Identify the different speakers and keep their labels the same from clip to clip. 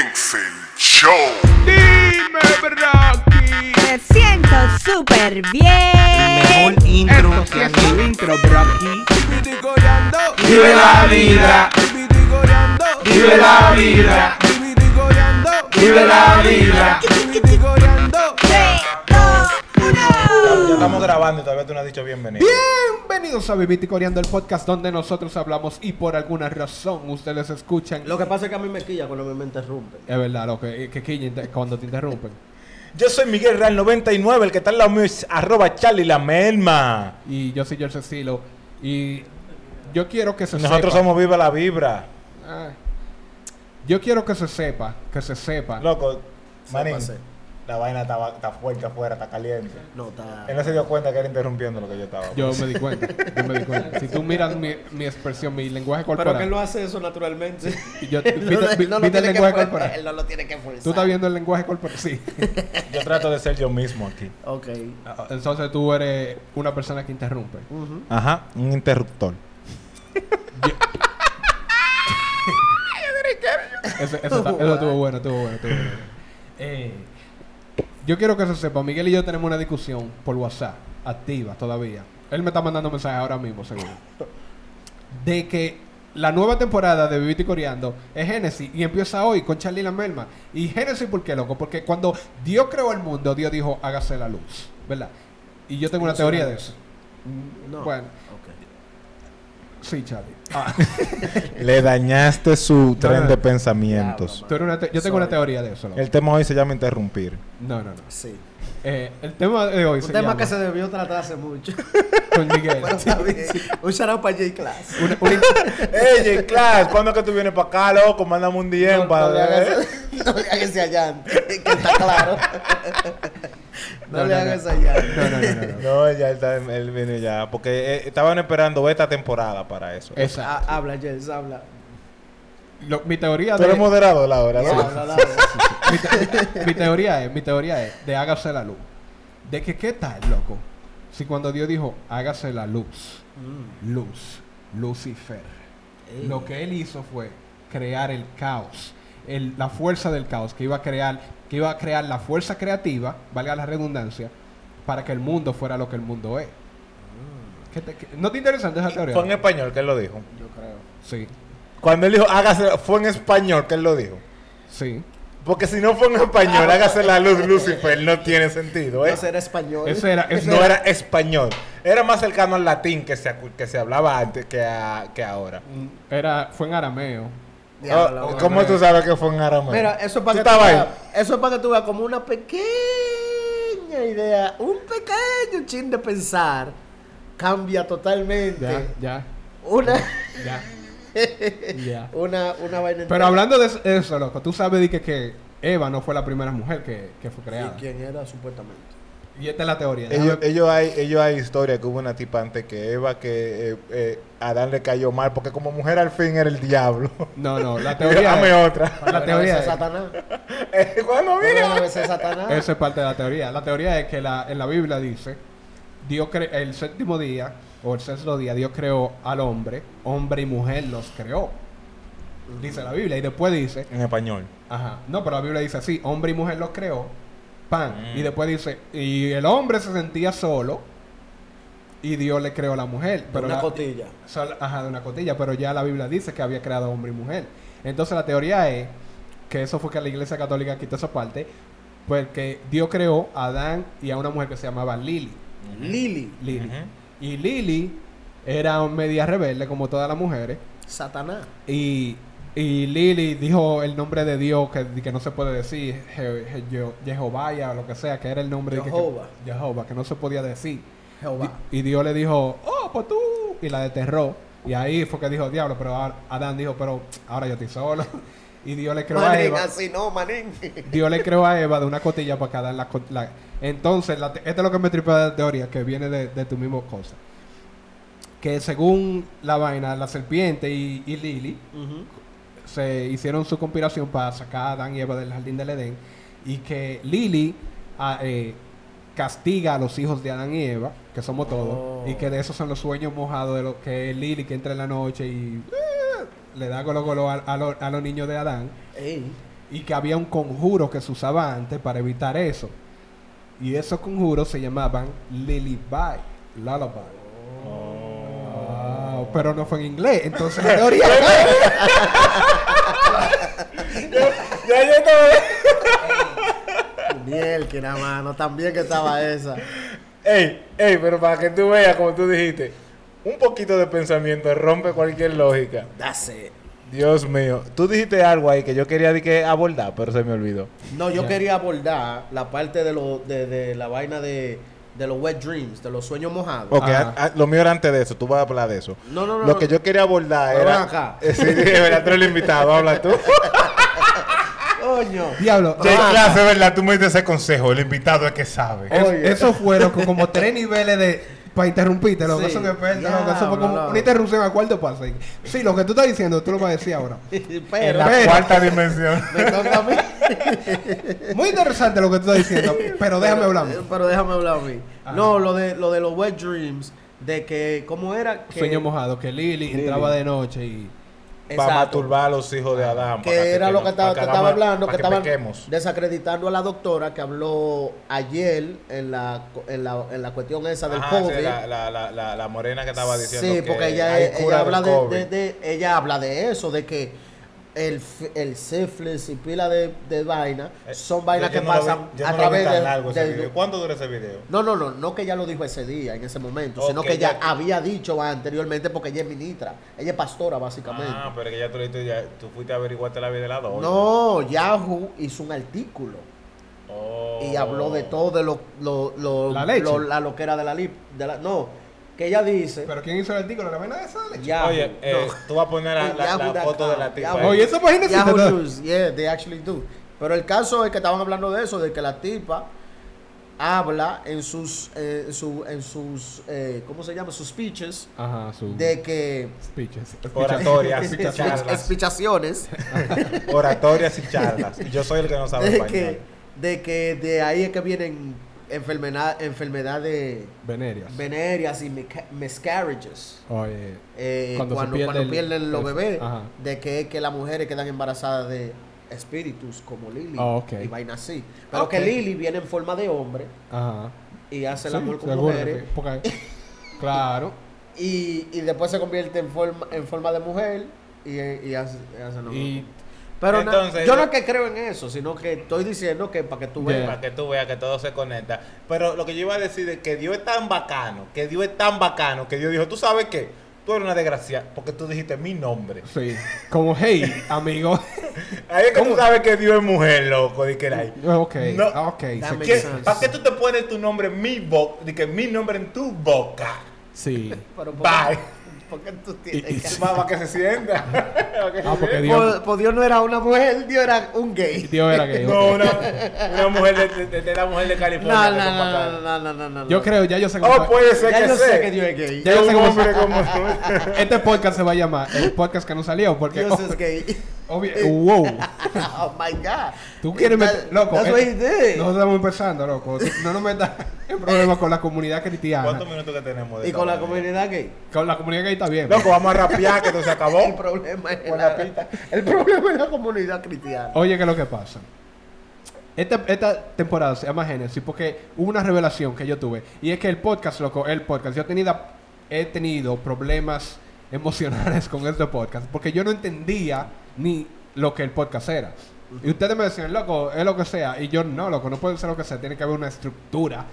Speaker 1: Excel Show.
Speaker 2: Dime, Brocky.
Speaker 3: Me siento súper bien.
Speaker 4: Mejor intro
Speaker 2: Esto sí
Speaker 4: que
Speaker 2: es
Speaker 4: aquí.
Speaker 2: un intro, Brocky.
Speaker 4: Vive la vida. Vive la vida. Vive la vida.
Speaker 3: Tres, dos, uno.
Speaker 5: Ya estamos grabando y todavía tú no has dicho bienvenido.
Speaker 2: Bienvenidos a Viviticoreando, el podcast donde nosotros hablamos y por alguna razón ustedes escuchan.
Speaker 6: Lo que pasa es que a mí me quilla cuando me interrumpen.
Speaker 2: Es verdad, lo que, que Killian te- cuando te interrumpen.
Speaker 5: Yo soy Miguel Real 99, el que está en la mix, arroba Charlie la Melma.
Speaker 2: Y yo soy George Cecilo. Y yo quiero que se
Speaker 5: Nosotros
Speaker 2: sepa.
Speaker 5: somos Viva la Vibra.
Speaker 2: Ah. Yo quiero que se sepa, que se sepa.
Speaker 5: Loco, manín,
Speaker 6: pasé.
Speaker 5: la vaina estaba- está fuerte afuera, está caliente.
Speaker 6: No, está.
Speaker 5: Él no se dio cuenta que era interrumpiendo lo que yo estaba.
Speaker 2: Yo me di cuenta, yo me di cuenta. Si tú miras mi, mi expresión, mi lenguaje corporal.
Speaker 6: Pero que él no hace eso naturalmente.
Speaker 2: y yo-
Speaker 6: Él
Speaker 2: ¿viste-
Speaker 6: él
Speaker 2: viste el
Speaker 6: tiene que
Speaker 2: lenguaje
Speaker 6: forzar,
Speaker 2: corporal?
Speaker 6: Él no lo tiene que forzar.
Speaker 2: Tú estás viendo el lenguaje corporal, sí.
Speaker 5: Yo trato de ser yo mismo aquí.
Speaker 6: Ok.
Speaker 2: Entonces tú eres una persona que interrumpe.
Speaker 6: Ujú.
Speaker 5: Ajá, un interruptor.
Speaker 2: Eso, eso está- eso estuvo bueno, estuvo bueno, estuvo bueno. Eh, yo quiero que se sepa, Miguel y yo tenemos una discusión por WhatsApp, activa todavía. Él me está mandando mensajes ahora mismo, seguro. De que la nueva temporada de Vivito y Coreando es Génesis y empieza hoy con Charlie La Melma. Y Génesis, ¿por qué, loco? Porque cuando Dios creó el mundo, Dios dijo, hágase la luz, ¿verdad? Y yo tengo una teoría de eso.
Speaker 6: No.
Speaker 2: Bueno,
Speaker 6: Ok.
Speaker 2: sí, Charlie. Ah,
Speaker 5: Le dañaste su
Speaker 2: No, no,
Speaker 5: tren de
Speaker 2: no.
Speaker 5: pensamientos.
Speaker 6: Diablo,
Speaker 2: tú eres una te- yo tengo una
Speaker 6: Sorry.
Speaker 2: teoría de eso, loco.
Speaker 5: El tema hoy se llama interrumpir.
Speaker 2: No, no, no.
Speaker 6: Sí.
Speaker 2: Eh, el tema de hoy
Speaker 6: Un
Speaker 2: se
Speaker 6: tema
Speaker 2: llama
Speaker 6: que se debió tratar hace mucho.
Speaker 2: con Miguel.
Speaker 6: Pero está bien. Un shout out para J Class.
Speaker 2: Una- una-
Speaker 5: Ey, J. Class, ¿cuándo es que tú vienes para acá, loco? Mándame un DM para
Speaker 6: no le hagas, no le hagas ese allante, que está claro. no,
Speaker 2: No,
Speaker 6: le
Speaker 2: no,
Speaker 6: hagas
Speaker 2: no.
Speaker 6: ese allante.
Speaker 2: No, no, no, no, no.
Speaker 5: No, ya está, él viene ya. Porque eh, estaban esperando esta temporada para eso.
Speaker 2: Exacto.
Speaker 6: Ha- Ah, habla, Jels, habla.
Speaker 2: ah, Lo- mi teoría
Speaker 5: Tú eres
Speaker 2: de,
Speaker 5: moderador ahora,
Speaker 6: Habla,
Speaker 5: ¿no?
Speaker 6: habla, habla.
Speaker 2: mi, te- mi teoría es, mi teoría es de hágase la luz. De que qué tal, loco. Si cuando Dios dijo, hágase la luz,
Speaker 6: Mm.
Speaker 2: luz, Lucifer.
Speaker 6: Ey.
Speaker 2: Lo que él hizo fue crear el caos, el- la fuerza del caos que iba a crear, que iba a crear la fuerza creativa, valga la redundancia, para que el mundo fuera lo que el mundo es.
Speaker 6: Mm.
Speaker 2: ¿Qué te- qué- ¿No te interesa esa teoría?
Speaker 5: Fue en español que él lo dijo.
Speaker 6: Yo creo.
Speaker 2: Sí,
Speaker 5: Cuando él dijo, hágase, fue en español que él lo dijo.
Speaker 2: sí.
Speaker 5: Porque si no fue en español, hágase la luz, Lucifer, no tiene sentido, ¿eh?
Speaker 6: No será español.
Speaker 2: Ese era, ese
Speaker 5: No era español. Era más cercano al latín que se, acu- que se hablaba antes que, a- que ahora.
Speaker 2: Era, fue en arameo.
Speaker 6: Diablo,
Speaker 5: Oh,
Speaker 6: bueno.
Speaker 5: ¿Cómo tú sabes que fue en arameo?
Speaker 6: Mira, eso es
Speaker 5: ¿Tú
Speaker 6: para que tú
Speaker 5: estabas ahí?
Speaker 6: veas, eso es para que tú veas como una pequeña idea, un pequeño chin de pensar cambia totalmente
Speaker 2: Ya, ya,
Speaker 6: una
Speaker 2: ya, ya.
Speaker 6: una una vaina.
Speaker 2: Pero
Speaker 6: entera.
Speaker 2: hablando de eso- eso, loco, tú sabes de que, que Eva no fue la primera mujer que, que fue creada.
Speaker 6: ¿Y quién era supuestamente?
Speaker 2: Y esta es la teoría.
Speaker 5: Ellos,
Speaker 2: déjame-
Speaker 5: ellos hay, ellos hay historia que hubo una tipa antes que Eva que eh, eh, Adán le cayó mal porque como mujer al fin era el diablo.
Speaker 2: No, no, la teoría.
Speaker 5: Dame
Speaker 2: es-
Speaker 5: otra.
Speaker 2: la teoría
Speaker 6: de
Speaker 2: es-
Speaker 6: Satanás.
Speaker 5: Eh, Bueno,
Speaker 6: Pero
Speaker 5: mira.
Speaker 6: una vez es Satanás.
Speaker 2: Eso es parte de la teoría. La teoría es que la, en la Biblia dice, Dios cre- el séptimo día, o el sexto día, Dios creó al hombre, hombre y mujer los creó. Dice la Biblia. Y después dice,
Speaker 5: En español.
Speaker 2: Ajá. No, pero la Biblia dice así, hombre y mujer los creó, pan.
Speaker 5: Mm.
Speaker 2: Y después dice, y el hombre se sentía solo y Dios le creó a la mujer. Pero
Speaker 6: una
Speaker 2: la-
Speaker 6: cotilla.
Speaker 2: sol- ajá, de una cotilla, pero ya la Biblia dice que había creado hombre y mujer. Entonces la teoría es que eso fue que la iglesia católica quitó esa parte, porque Dios creó a Adán y a una mujer que se llamaba Lili.
Speaker 6: Lili,
Speaker 2: Lili.
Speaker 5: Ujú.
Speaker 2: Y Lili era media rebelde como todas las mujeres.
Speaker 6: Satanás.
Speaker 2: Y, y Lili dijo el nombre de Dios que, que no se puede decir, Je- Je- Je- Jehová ya, o lo que sea, que era el nombre de que-
Speaker 6: Jehová.
Speaker 2: que, Jehová, que no se podía decir.
Speaker 6: Jehová.
Speaker 2: Y, y Dios le dijo, oh, pues tú, y la desterró. Y ahí fue que dijo, diablo, pero ahora- Adán dijo, pero ahora yo estoy solo. Y Dios le creó a
Speaker 6: Manín,
Speaker 2: Eva.
Speaker 6: así no, manín.
Speaker 2: Dios le creó a Eva de una cotilla para que Adán la... co- la- entonces, la te- esto es lo que me tripea de la teoría, que viene de, de tu mismo cosa. Que según la vaina, la serpiente y, y Lili,
Speaker 6: Ujú.
Speaker 2: se hicieron su conspiración para sacar a Adán y Eva del jardín del Edén y que Lili ah, eh, castiga a los hijos de Adán y Eva, que somos
Speaker 6: Oh.
Speaker 2: todos, y que de esos son los sueños mojados de lo que es Lili que entra en la noche y eh, le da golo golo a, a lo- a los niños de Adán.
Speaker 6: Ey,
Speaker 2: y que había un conjuro que se usaba antes para evitar eso. Y esos conjuros se llamaban Lullaby. Lullaby. Ah, pero no fue en inglés, entonces en teoría.
Speaker 5: Ya ¿eh? yo no-
Speaker 6: Miel, que nada mano, también que estaba esa.
Speaker 5: Ey, ey, pero para que tú veas, como tú dijiste, un poquito de pensamiento rompe cualquier lógica.
Speaker 6: That's it.
Speaker 5: Dios mío, tú dijiste algo ahí que yo quería de que abordar, pero se me olvidó.
Speaker 6: No, yo
Speaker 2: Ya.
Speaker 6: quería abordar la parte de, lo, de, de la vaina de, de los wet dreams, de los sueños mojados.
Speaker 5: Ok,
Speaker 2: Ajá.
Speaker 5: a- a- lo mío era antes de eso, tú vas a hablar de eso.
Speaker 6: Ah. No, no, no.
Speaker 5: Lo
Speaker 6: no.
Speaker 5: que yo quería abordar
Speaker 6: Pero
Speaker 5: era.
Speaker 6: ven acá.
Speaker 5: Eh, Sí, verdad, tú eres el invitado, habla tú.
Speaker 6: Coño.
Speaker 2: Diablo.
Speaker 5: Che, clase, ¿verdad? Tú me diste ese consejo, el invitado es que sabe.
Speaker 2: Es-
Speaker 6: Oye.
Speaker 2: eso fueron co- como tres niveles de. Para interrumpirte, lo que
Speaker 6: Sí.
Speaker 2: eso que fue,
Speaker 6: Ya,
Speaker 2: loco, eso fue como
Speaker 6: no, no.
Speaker 2: una interrupción a cuarto paso. Sí, lo que tú estás diciendo, tú lo vas a decir ahora.
Speaker 6: Pero.
Speaker 5: La
Speaker 2: Pero-
Speaker 5: cuarta dimensión.
Speaker 6: Me toca a mí.
Speaker 2: Muy interesante lo que tú estás diciendo, pero déjame hablar.
Speaker 6: Eh, Pero déjame hablar a mí.
Speaker 2: Ajá.
Speaker 6: No, lo de, lo de los wet dreams, de que, ¿cómo era? Que,
Speaker 2: Sueño mojado, que Lili entraba de noche y.
Speaker 5: Para
Speaker 6: Exacto.
Speaker 5: maturbar a los hijos de Adán. para
Speaker 6: que era lo que
Speaker 5: nos-
Speaker 6: estaba,
Speaker 5: para
Speaker 6: te estaba
Speaker 5: hagamos-
Speaker 6: hablando, que
Speaker 5: para
Speaker 6: estaban
Speaker 5: pequemos.
Speaker 6: desacreditando a la doctora que habló ayer en la, co- en la, en la cuestión esa del
Speaker 5: Ajá, sí,
Speaker 6: COVID.
Speaker 5: la, Ah, la, la, la, la morena que estaba diciendo.
Speaker 6: Sí, porque
Speaker 5: que
Speaker 6: ella,
Speaker 5: hay
Speaker 6: ella
Speaker 5: cura del
Speaker 6: habla de,
Speaker 5: COVID.
Speaker 6: de- de- ella habla de eso, de que el, f- el sífilis y pila de, de vaina
Speaker 5: Eh,
Speaker 6: son
Speaker 5: yo-
Speaker 6: vainas
Speaker 5: yo
Speaker 6: que
Speaker 5: no lo vi-
Speaker 6: pasan
Speaker 5: yo
Speaker 6: a
Speaker 5: no lo vi
Speaker 6: través
Speaker 5: tan
Speaker 6: de,
Speaker 5: largo ese
Speaker 6: del-
Speaker 5: video. ¿Cuánto dura ese video?
Speaker 6: No, no, no, no que ella lo dijo ese día, en ese momento, sino
Speaker 5: Ok,
Speaker 6: que ella
Speaker 5: ya.
Speaker 6: había dicho anteriormente porque ella es ministra, ella es pastora básicamente.
Speaker 5: Ah, pero que ya tú, le diste- ya, tú fuiste a averiguarte la vida de la doña.
Speaker 6: no, Yahoo hizo un artículo
Speaker 5: Oh.
Speaker 6: y habló de todo, de lo, lo, lo,
Speaker 2: La leche.
Speaker 6: lo- la loquera de la lip, de la, no, que ella dice,
Speaker 2: ¿Pero quién hizo el artículo? ¿La vaina de esa leche?
Speaker 6: Yahoo,
Speaker 5: Oye, eh,
Speaker 6: no.
Speaker 5: tú vas a poner la,
Speaker 6: En
Speaker 5: la- la
Speaker 6: Yahoo.com,
Speaker 5: foto de la tipa.
Speaker 6: Yahoo.
Speaker 5: ahí.
Speaker 2: Oye, esa página existe,
Speaker 6: Yahoo
Speaker 2: ¿verdad?
Speaker 6: News, yeah, they actually do. Pero el caso es que estaban hablando de eso, de que la tipa habla en sus, eh, en su, en sus, eh, ¿cómo se llama? Sus speeches,
Speaker 2: Ajá, su.
Speaker 6: de que
Speaker 2: Speeches.
Speaker 5: Oratorias y
Speaker 2: Speeches.
Speaker 5: charlas.
Speaker 6: explicaciones,
Speaker 5: Oratorias y charlas. Y Yo soy el que no sabe
Speaker 6: de
Speaker 5: español.
Speaker 6: que, de que de ahí es que vienen enfermedad, enfermedades
Speaker 2: Venerias.
Speaker 6: venéreas y misca- miscarriages.
Speaker 2: Oye.
Speaker 6: eh,
Speaker 2: Cuando
Speaker 6: cuando,
Speaker 2: se pierde
Speaker 6: cuando
Speaker 2: el-
Speaker 6: pierden los
Speaker 2: el-
Speaker 6: bebés,
Speaker 2: ajá.
Speaker 6: de que, que las mujeres quedan embarazadas de espíritus como Lily
Speaker 2: Ah, ok.
Speaker 6: y vaina así. Pero
Speaker 2: Ok.
Speaker 6: que Lily viene en forma de hombre
Speaker 2: Ajá.
Speaker 6: y hace el
Speaker 2: Sí,
Speaker 6: amor con
Speaker 2: seguro,
Speaker 6: mujeres
Speaker 2: sí, porque- claro.
Speaker 6: y, y después se convierte en forma, en forma de mujer y, y hace, y hace el amor
Speaker 2: Y.
Speaker 6: con- Pero na-
Speaker 5: Entonces,
Speaker 6: yo
Speaker 5: yo-
Speaker 6: no es que creo en eso, sino que estoy diciendo que para que tú
Speaker 2: Yeah.
Speaker 6: veas.
Speaker 5: Para que tú veas que todo se conecta. Pero lo que yo iba a decir es que Dios es tan bacano, que Dios es tan bacano, que Dios dijo, ¿tú sabes qué? Tú eres una desgracia porque tú dijiste mi nombre.
Speaker 2: Sí. Como, hey, amigo.
Speaker 5: Ahí es que tú sabes que Dios es mujer, loco, de que era ahí.
Speaker 2: ok.
Speaker 5: No.
Speaker 2: ah, Ok. sí,
Speaker 6: Dame-
Speaker 5: ¿Qué-
Speaker 6: Makes sense.
Speaker 5: ¿Para qué tú te pones tu nombre en mi boca? De que mi nombre en tu boca.
Speaker 2: Sí.
Speaker 6: Pero ¿por-
Speaker 5: Bye.
Speaker 6: ¿por qué tú tienes
Speaker 2: Y- y-
Speaker 6: que-
Speaker 5: Más para que se sienta. Para que se
Speaker 2: Ah, porque
Speaker 5: sienta.
Speaker 2: Dios.
Speaker 6: Pues- pues Dios no era una mujer, Dios era un gay.
Speaker 2: Dios era que.
Speaker 5: No, una, una mujer de, de- de la mujer de California.
Speaker 6: No,
Speaker 5: que
Speaker 6: no,
Speaker 5: son bacanas.
Speaker 6: no, no, no, no, no,
Speaker 2: Yo
Speaker 6: no.
Speaker 2: creo, ya yo sé
Speaker 5: Oh, puede ser
Speaker 6: Ya
Speaker 5: que
Speaker 6: yo
Speaker 5: sea.
Speaker 6: sé que Dios es gay.
Speaker 2: Ya yo
Speaker 5: un
Speaker 2: sé cómo
Speaker 5: hombre
Speaker 2: se-
Speaker 5: como tú.
Speaker 2: Este podcast se va a llamar el podcast que no salió porque
Speaker 6: Dios es gay.
Speaker 2: obvio, wow.
Speaker 6: oh my God.
Speaker 2: Tú quieres
Speaker 6: That-
Speaker 2: meter, loco.
Speaker 6: That's
Speaker 2: eh,
Speaker 6: what he did.
Speaker 2: Nosotros estamos empezando, loco. No nos metas en problemas con la comunidad cristiana.
Speaker 5: ¿Cuántos minutos que tenemos? de
Speaker 6: y con la
Speaker 5: esta
Speaker 6: comunidad gay.
Speaker 2: Con la comunidad gay está bien.
Speaker 5: Loco, vamos a rapear que esto se
Speaker 6: El
Speaker 5: acabó.
Speaker 6: problema es
Speaker 5: Con
Speaker 6: ¿Eh? la,
Speaker 5: la pita.
Speaker 6: El problema es la comunidad cristiana.
Speaker 2: Oye, ¿qué es lo que pasa? Esta, esta temporada se llama Génesis porque hubo una revelación que yo tuve. Y es que el podcast, loco, el podcast. Yo he tenido, he tenido problemas emocionales con este podcast porque yo no entendía ni lo que el podcast era. Y ustedes me decían, loco, es lo que sea. Y yo, no, loco, no puede ser lo que sea. Tiene que haber una estructura.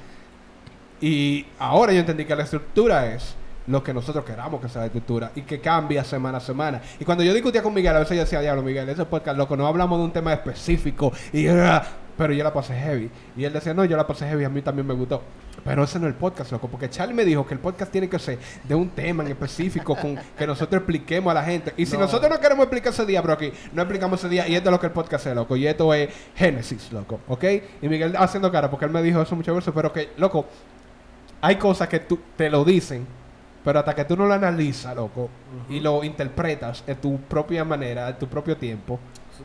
Speaker 2: Y ahora yo entendí que la estructura es lo que nosotros queramos que sea la estructura y que cambia semana a semana. Y cuando yo discutía con Miguel, a veces yo decía, diablo, Miguel, ese podcast, loco, no hablamos de un tema específico. Y, ah, pero yo la pasé heavy. Y él decía, no, yo la pasé heavy, a mí también me gustó. Pero ese no es el podcast, loco, porque Charlie me dijo que el podcast tiene que ser de un tema en específico, con que nosotros expliquemos a la gente. Y si nosotros no queremos explicar ese día, bro, aquí, no explicamos ese día. Y esto es lo que el podcast es, loco. Y esto es Génesis, loco, ¿ok? Y Miguel haciendo cara, porque él me dijo eso muchas veces, pero que, loco, hay cosas que tú te lo dicen, pero hasta que tú no lo analizas, loco, y lo interpretas en tu propia manera, en tu propio tiempo.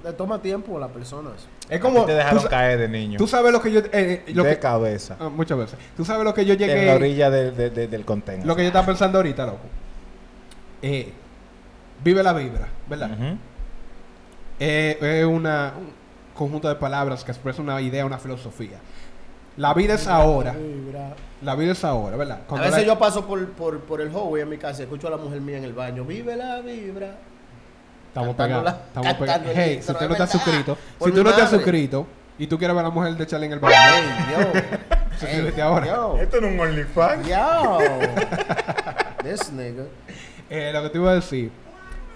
Speaker 6: Le toma tiempo a las personas.
Speaker 2: Es como.
Speaker 5: A ti Te
Speaker 2: Tú,
Speaker 5: dejaron
Speaker 2: sa-
Speaker 5: caer de niño.
Speaker 2: tú sabes lo que yo. eh, eh, lo
Speaker 5: de
Speaker 2: que-
Speaker 5: cabeza.
Speaker 2: ah, muchas veces. Tú sabes lo que yo
Speaker 5: En la
Speaker 2: llegué.
Speaker 5: orilla del- de- de- del contenedor.
Speaker 2: Lo que yo estaba pensando ahorita, loco. Eh, vive la vibra, ¿verdad?
Speaker 5: Ujú.
Speaker 2: Eh, es una, un- conjunto de palabras que expresa una idea, una filosofía. La vida es ahora.
Speaker 6: Vibra.
Speaker 2: La vida es ahora, ¿verdad?
Speaker 6: A
Speaker 2: Cuando
Speaker 6: veces
Speaker 2: la-
Speaker 6: yo paso por, por, por el hallway en mi casa y escucho a la mujer mía en el baño. Vive la vibra.
Speaker 2: Estamos
Speaker 6: cantándola-
Speaker 2: pegados. Estamos pegados.
Speaker 6: cantándola,
Speaker 2: Hey, si
Speaker 6: pero
Speaker 2: tú
Speaker 6: es
Speaker 2: no te has
Speaker 6: verdad.
Speaker 2: suscrito,
Speaker 6: Por
Speaker 2: si
Speaker 6: mi
Speaker 2: tú no te has
Speaker 6: madre.
Speaker 2: suscrito y tú quieres ver a la mujer de Charlie en el baño,
Speaker 6: Ey, yo.
Speaker 2: Suscríbete ahora.
Speaker 6: Yo.
Speaker 5: Esto no es un OnlyFans.
Speaker 6: Yo. Este, This nigga.
Speaker 2: Eh, lo que te iba a decir,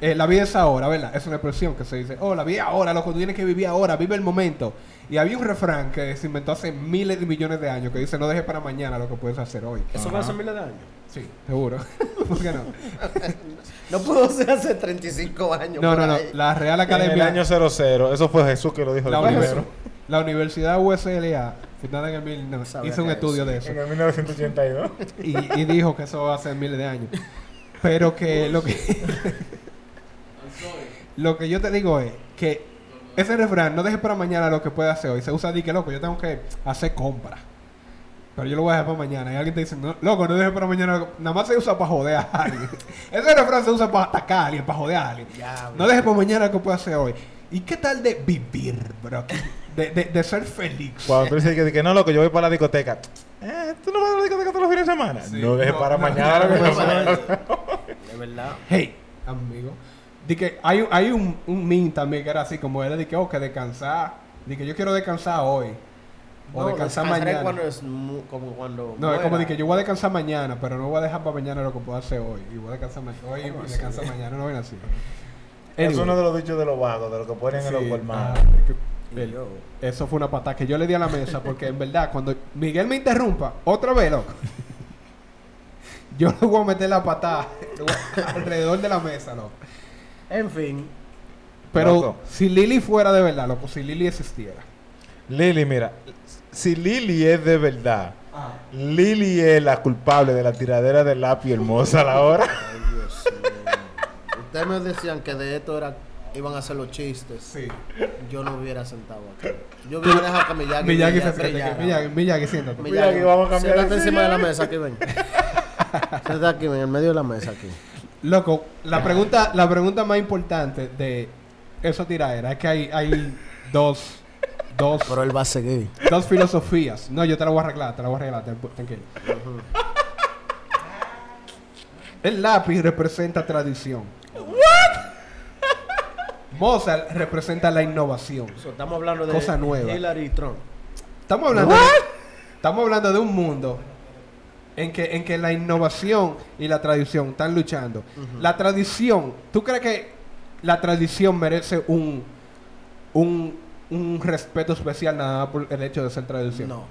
Speaker 2: eh, la vida es ahora, ¿verdad? Es una expresión que se dice, oh, la vida es ahora, loco, tú tienes que vivir ahora, vive el momento. Y había un refrán que se inventó hace miles de millones de años que dice, no dejes para mañana lo que puedes hacer hoy.
Speaker 6: Eso fue hace miles de años.
Speaker 2: Sí, seguro. ¿Por qué no?
Speaker 6: No pudo ser hace 35 años.
Speaker 2: No,
Speaker 6: por
Speaker 2: no, no.
Speaker 6: ahí.
Speaker 2: La Real
Speaker 5: En el
Speaker 2: Academia...
Speaker 5: año 00, eso fue Jesús que lo dijo
Speaker 2: la,
Speaker 5: de
Speaker 2: univers-
Speaker 5: primero.
Speaker 2: la Universidad USLA, fundada en el 1900,
Speaker 6: Sabía
Speaker 2: hizo un
Speaker 6: que
Speaker 2: estudio de eso.
Speaker 5: En el 1982.
Speaker 2: y, y dijo que eso hace miles de años. Pero que lo que. lo que yo te digo es que ese refrán, no dejes para mañana lo que puedes hacer hoy. Se usa di que loco, yo tengo que hacer compras. Pero yo lo voy a dejar para mañana. Y alguien te dice, no, loco, no dejes para mañana. lo que-". Nada más se usa para joder a alguien. Ese refrán se usa para atacar a alguien, para joder a alguien. No dejes para mañana lo que puedes hacer hoy. ¿Y qué tal de vivir, bro? De, de- de ser feliz.
Speaker 5: Cuando tú dices que, que no, loco, yo voy para la discoteca. Eh, ¿Tú no vas a la discoteca todos los fines de semana?
Speaker 2: Sí,
Speaker 5: no dejes
Speaker 2: no,
Speaker 5: para
Speaker 2: no,
Speaker 5: mañana
Speaker 2: no,
Speaker 5: lo que
Speaker 2: no,
Speaker 5: no,
Speaker 2: no,
Speaker 6: De verdad.
Speaker 2: Hey, amigo. Di que hay, un- hay un, un meme también que era así, como era de que, oh, que descansar. De que yo quiero descansar hoy. O
Speaker 6: No,
Speaker 2: descansar
Speaker 6: descansaré
Speaker 2: mañana.
Speaker 6: cuando es mu- como cuando
Speaker 2: No, es
Speaker 6: muera.
Speaker 2: como de que yo voy a descansar mañana, pero no voy a dejar para mañana lo que puedo hacer hoy. Y voy a descansar ma- hoy y descansar mañana. No ven así.
Speaker 5: Es
Speaker 2: Anyway.
Speaker 5: uno de los dichos de los vagos, de los que ponen en los
Speaker 2: Sí.
Speaker 5: colmados.
Speaker 2: Ah, es que-
Speaker 6: Y yo.
Speaker 2: Eso fue una patada que yo le di a la mesa porque en verdad cuando Miguel me interrumpa otra vez, loco, yo le voy a meter la patada le voy a- alrededor de la mesa, loco.
Speaker 6: En fin.
Speaker 2: Pero
Speaker 5: Loco.
Speaker 2: si Lili fuera de verdad, loco, si Lili existiera.
Speaker 5: Lili, mira, si Lili es de verdad, Lili es la culpable de la tiradera de lápiz hermosa a la hora.
Speaker 6: Ay, Dios mío. Ustedes me decían que de esto era, iban a hacer los chistes.
Speaker 2: Sí.
Speaker 6: Yo no hubiera sentado aquí. Yo hubiera dejado que Miyagi
Speaker 2: Miyagi se
Speaker 6: brillara,
Speaker 2: siente.
Speaker 6: brillara.
Speaker 2: Miyagi, Miyagi, siéntate.
Speaker 6: Miyagi,
Speaker 5: Miyagi, vamos a cambiar
Speaker 6: Siéntate
Speaker 5: de
Speaker 6: encima de la
Speaker 5: silla.
Speaker 6: mesa aquí, ven. Siéntate aquí, ven, en medio de la mesa aquí.
Speaker 2: Loco, la pregunta, la pregunta más importante de esa tiradera es que hay, hay dos, dos,
Speaker 6: Pero él va a seguir.
Speaker 2: dos filosofías. No, yo te la voy a arreglar, te la voy a arreglar, ten- tranquilo. El lápiz representa tradición. Mozart representa la innovación.
Speaker 6: So, estamos hablando de
Speaker 2: Cosa nueva.
Speaker 6: Hillary Trump.
Speaker 2: Estamos hablando, de, estamos hablando de un mundo en que, en que la innovación y la tradición están luchando. La tradición, ¿tú crees que la tradición merece un, un, un respeto especial nada más por el hecho de ser tradición?
Speaker 6: No.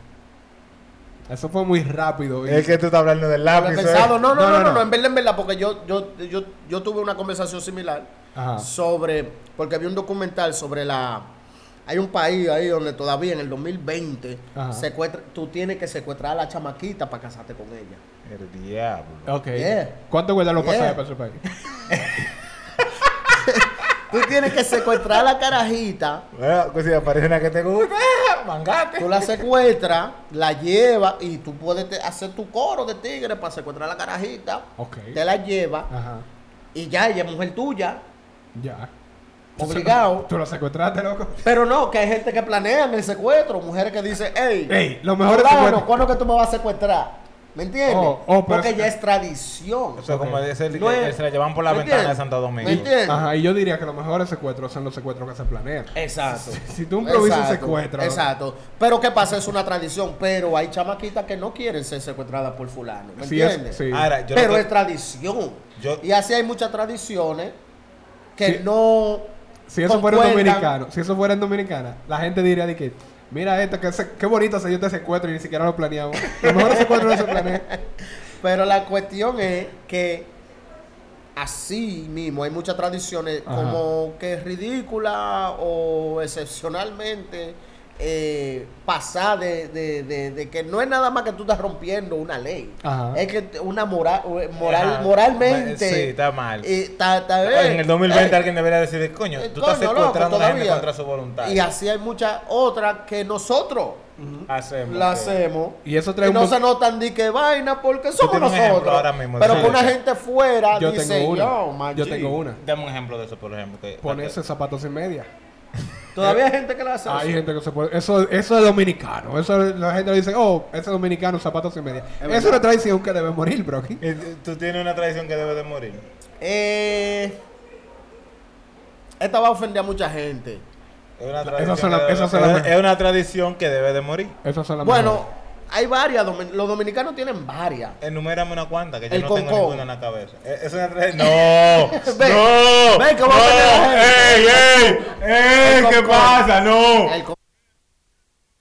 Speaker 2: Eso fue muy rápido. y-
Speaker 5: es que tú estás hablando del
Speaker 6: Lo he
Speaker 5: lápiz. ¿eh?
Speaker 6: pensado, no,
Speaker 2: No,
Speaker 6: no, no,
Speaker 2: no,
Speaker 6: no,
Speaker 2: no.
Speaker 6: en verdad, en verdad, porque yo, yo, yo, yo tuve una conversación similar
Speaker 2: Ajá.
Speaker 6: sobre, porque vi un documental sobre la, hay un país ahí donde todavía en el 2020
Speaker 2: Ajá.
Speaker 6: secuestra, tú tienes que secuestrar a la chamaquita para casarte con ella.
Speaker 5: El diablo.
Speaker 2: Ok.
Speaker 6: Yeah.
Speaker 2: ¿Cuánto cuesta los
Speaker 6: Yeah.
Speaker 2: pasajes para ese país?
Speaker 6: Tú tienes que secuestrar a la carajita,
Speaker 5: Bueno, pues si aparece una que te gusta, mangate.
Speaker 6: tú la secuestras, la llevas y tú puedes te- hacer tu coro de tigre para secuestrar a la carajita,
Speaker 2: Ok.
Speaker 6: te la llevas
Speaker 2: Ajá.
Speaker 6: y ya ella es mujer tuya.
Speaker 2: Ya.
Speaker 6: Obligado.
Speaker 2: Tú lo secuestraste, loco.
Speaker 6: Pero no, que hay gente que planea el secuestro, mujeres que dicen, hey,
Speaker 2: Ey, lo mejor es secuestro".
Speaker 6: ¿cuándo que tú me vas a secuestrar? ¿Me entiendes?
Speaker 2: Oh, oh, pero-
Speaker 6: Porque ya es tradición.
Speaker 5: Eso es como ese el
Speaker 6: No
Speaker 5: que
Speaker 6: es-
Speaker 5: se la llevan por la
Speaker 6: ¿me
Speaker 5: ventana de
Speaker 6: entiendes?
Speaker 5: Santo Domingo.
Speaker 6: ¿Me entiendes?
Speaker 2: Ajá. Y yo diría que los mejores secuestros son los secuestros que se planean.
Speaker 6: Eh, Exacto.
Speaker 2: Si tú improvisas un
Speaker 6: Exacto,
Speaker 2: secuestro. loco.
Speaker 6: Exacto. Pero ¿qué pasa? Es una tradición. Pero hay chamaquitas que no quieren ser secuestradas por fulano. ¿Me
Speaker 2: Sí, es-
Speaker 6: entiendes?
Speaker 2: sí.
Speaker 5: Ahora, yo no
Speaker 6: pero
Speaker 5: te-
Speaker 6: es tradición.
Speaker 5: Yo-
Speaker 6: Y así hay muchas tradiciones que
Speaker 2: Sí.
Speaker 6: no.
Speaker 2: Si eso fuera
Speaker 6: concuerdan.
Speaker 2: dominicano, si eso fuera en dominicana, la gente diría de que, mira esto, que se- qué bonito se dio este secuestro y ni siquiera lo planeamos. Lo mejor secuestro no se planea.
Speaker 6: Pero la cuestión es que así mismo hay muchas tradiciones
Speaker 2: Ajá.
Speaker 6: como que ridícula o excepcionalmente eh, pasada de, de- de- de que no es nada más que tú estás rompiendo una ley.
Speaker 2: Ajá.
Speaker 6: Es que una moral, moral
Speaker 5: Ajá.
Speaker 6: moralmente.
Speaker 5: Sí, está mal.
Speaker 6: eh, está- está bien.
Speaker 5: En el 2020
Speaker 6: Eh,
Speaker 5: alguien debería decir, coño,
Speaker 6: eh,
Speaker 5: tú estás
Speaker 6: coño, loco,
Speaker 5: secuestrando a la gente
Speaker 6: todavía.
Speaker 5: contra su voluntad.
Speaker 6: Y así hay muchas otras que nosotros
Speaker 5: Hacemos.
Speaker 6: la
Speaker 5: que-
Speaker 6: hacemos.
Speaker 2: Y eso trae
Speaker 6: y
Speaker 2: un
Speaker 6: no
Speaker 2: mon-
Speaker 6: se notan ni que vaina porque somos
Speaker 5: tengo un ejemplo
Speaker 6: nosotros.
Speaker 5: ahora mismo de
Speaker 6: pero
Speaker 5: eso.
Speaker 6: que una gente fuera
Speaker 2: Yo
Speaker 6: dice,
Speaker 2: tengo una.
Speaker 6: "Yo, my
Speaker 2: Yo
Speaker 6: G".
Speaker 2: tengo una.
Speaker 5: Dame un ejemplo de eso, por ejemplo. que-
Speaker 2: Ponerse zapatos sin media.
Speaker 6: Todavía hay gente que la hace.
Speaker 2: Hay
Speaker 6: eso?
Speaker 2: gente que se puede. Eso, eso es dominicano. Eso la gente dice, oh, ese es dominicano, zapatos y media. Eso es una tradición que debe morir, bro.
Speaker 5: Eh, Tú tienes una tradición que debe de morir.
Speaker 6: Eh, esta va a ofender a mucha gente.
Speaker 5: Es una
Speaker 2: Esas son
Speaker 5: tradición,
Speaker 2: las-
Speaker 5: que debe-
Speaker 2: esas son las
Speaker 5: es-
Speaker 2: mejores.
Speaker 5: es una tradición que debe de morir.
Speaker 2: Esas son las
Speaker 6: Bueno,
Speaker 2: mejores.
Speaker 6: hay varias. domin- los dominicanos tienen varias.
Speaker 5: Enumérame una cuanta, que yo
Speaker 6: El
Speaker 5: no tengo
Speaker 6: concón.
Speaker 5: ninguna en la cabeza. Eh, Es una tradición. ¡No!
Speaker 6: Ve,
Speaker 5: ¡No!
Speaker 6: ve cómo
Speaker 5: ¡No!
Speaker 6: pone la gente.
Speaker 5: ¡Ey, ey!
Speaker 6: El
Speaker 5: ¡Ey! ¿Qué
Speaker 6: concón.
Speaker 5: pasa? ¡No!
Speaker 6: El co-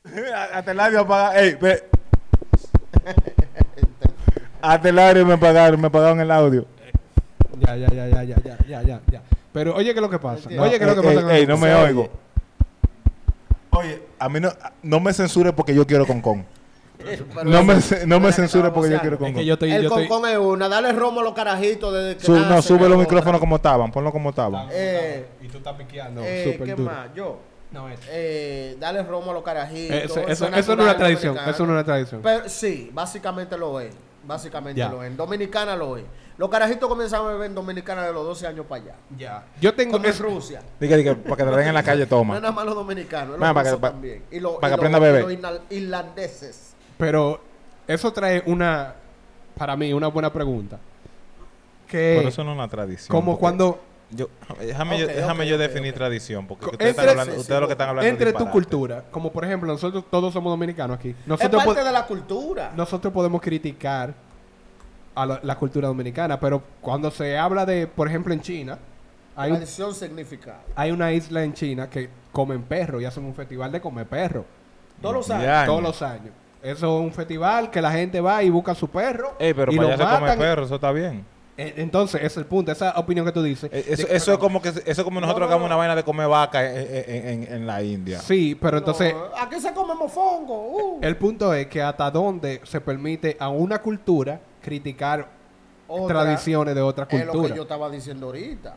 Speaker 5: Hasta el labio apaga- ¡Ey! Ve. Hasta el audio me pagaron, me pagaron el audio.
Speaker 2: Ya, ya, ya, ya, ya, ya, ya, ya, ya. Pero oye, ¿qué es lo que pasa?
Speaker 6: Entiendo.
Speaker 2: Oye, ¿qué es lo que
Speaker 5: Ey,
Speaker 2: pasa?
Speaker 5: ey,
Speaker 2: con
Speaker 5: ey,
Speaker 2: el-
Speaker 5: no me
Speaker 6: se oye.
Speaker 5: oigo. Oye, a mí no, no me censure porque yo quiero concón.
Speaker 6: Pero
Speaker 5: No me,
Speaker 6: eso-
Speaker 5: ce- no
Speaker 6: espera
Speaker 5: me
Speaker 6: que
Speaker 5: censure
Speaker 6: estaba
Speaker 5: porque yo
Speaker 6: voceando.
Speaker 5: quiero
Speaker 2: Es que
Speaker 5: concón.
Speaker 2: yo estoy.
Speaker 6: El
Speaker 2: yo estoy-
Speaker 6: concón es una. Dale romo a los carajitos desde que
Speaker 5: Su- no,
Speaker 6: nacen,
Speaker 5: sube
Speaker 6: es
Speaker 5: los
Speaker 6: otra.
Speaker 5: micrófonos como estaban, ponlo como estaban.
Speaker 6: Eh,
Speaker 2: y tú estás piqueando.
Speaker 6: Eh,
Speaker 2: súper
Speaker 6: ¿Qué
Speaker 2: duro.
Speaker 6: más? Yo.
Speaker 2: No, es.
Speaker 6: Eh, dale romo a los carajitos.
Speaker 2: Eso, eso, eso,
Speaker 6: natural
Speaker 2: no es una tradición.
Speaker 6: dominicano.
Speaker 2: Eso no es una tradición.
Speaker 6: Pero sí, básicamente lo es. Básicamente
Speaker 2: Ya.
Speaker 6: lo es. En Dominicana lo es. Los carajitos comienzan a beber en Dominicana de los 12 años para allá.
Speaker 2: Ya. Yo tengo.
Speaker 6: Como en
Speaker 2: Es,
Speaker 6: Rusia.
Speaker 5: Diga, diga, para que te den en la calle,
Speaker 6: No es
Speaker 5: toma.
Speaker 6: nada más los dominicanos, es los
Speaker 5: Nada, para que-
Speaker 6: rusos
Speaker 5: para-
Speaker 6: también. Y los,
Speaker 5: para
Speaker 6: y
Speaker 5: que
Speaker 6: los-
Speaker 5: aprenda a
Speaker 6: y
Speaker 5: beber.
Speaker 6: los inal- irlandeses.
Speaker 2: pero eso trae una. Para mí, una buena pregunta.
Speaker 5: Por
Speaker 2: Que.
Speaker 5: eso no es una tradición.
Speaker 2: Como
Speaker 5: porque-
Speaker 2: cuando.
Speaker 5: Yo, déjame yo,
Speaker 6: Ok,
Speaker 5: déjame
Speaker 6: ok,
Speaker 5: yo
Speaker 6: ok,
Speaker 5: definir
Speaker 6: ok.
Speaker 5: tradición, porque
Speaker 2: Co-
Speaker 5: ustedes, están
Speaker 2: entre-
Speaker 5: hablando,
Speaker 6: sí,
Speaker 5: ustedes lo que están hablando es
Speaker 2: Entre tu
Speaker 5: disparate.
Speaker 2: cultura. Como por ejemplo, nosotros todos somos dominicanos aquí.
Speaker 6: Es
Speaker 2: Nosotros,
Speaker 6: parte
Speaker 2: po-
Speaker 6: de la cultura.
Speaker 2: nosotros podemos criticar a la, la cultura dominicana. Pero cuando se habla de. Por ejemplo, en China. Hay un
Speaker 6: Tradición significada.
Speaker 2: hay una isla en China que comen perro y hacen un festival de comer perro
Speaker 6: Todos los años.
Speaker 5: Ya. Año.
Speaker 2: todos los años. Eso es un festival que la gente va y busca su perro
Speaker 5: Ey, pero
Speaker 2: y
Speaker 5: para
Speaker 2: lo
Speaker 5: allá se come
Speaker 2: matan.
Speaker 5: perro, eso está bien.
Speaker 2: Eh, Entonces, ese es el punto, esa opinión que tú dices.
Speaker 5: Eh, Eso,
Speaker 2: De-
Speaker 5: eso es como que eso es como
Speaker 6: no,
Speaker 5: nosotros hagamos
Speaker 6: no.
Speaker 5: una vaina de comer vaca en, en- en- en la India.
Speaker 2: Sí, pero entonces
Speaker 6: No, aquí se come mofongo. uh.
Speaker 2: el punto es que hasta dónde se permite a una cultura criticar
Speaker 6: Otra,
Speaker 2: tradiciones de otra
Speaker 6: Es lo que
Speaker 2: cultura.
Speaker 6: yo estaba diciendo ahorita.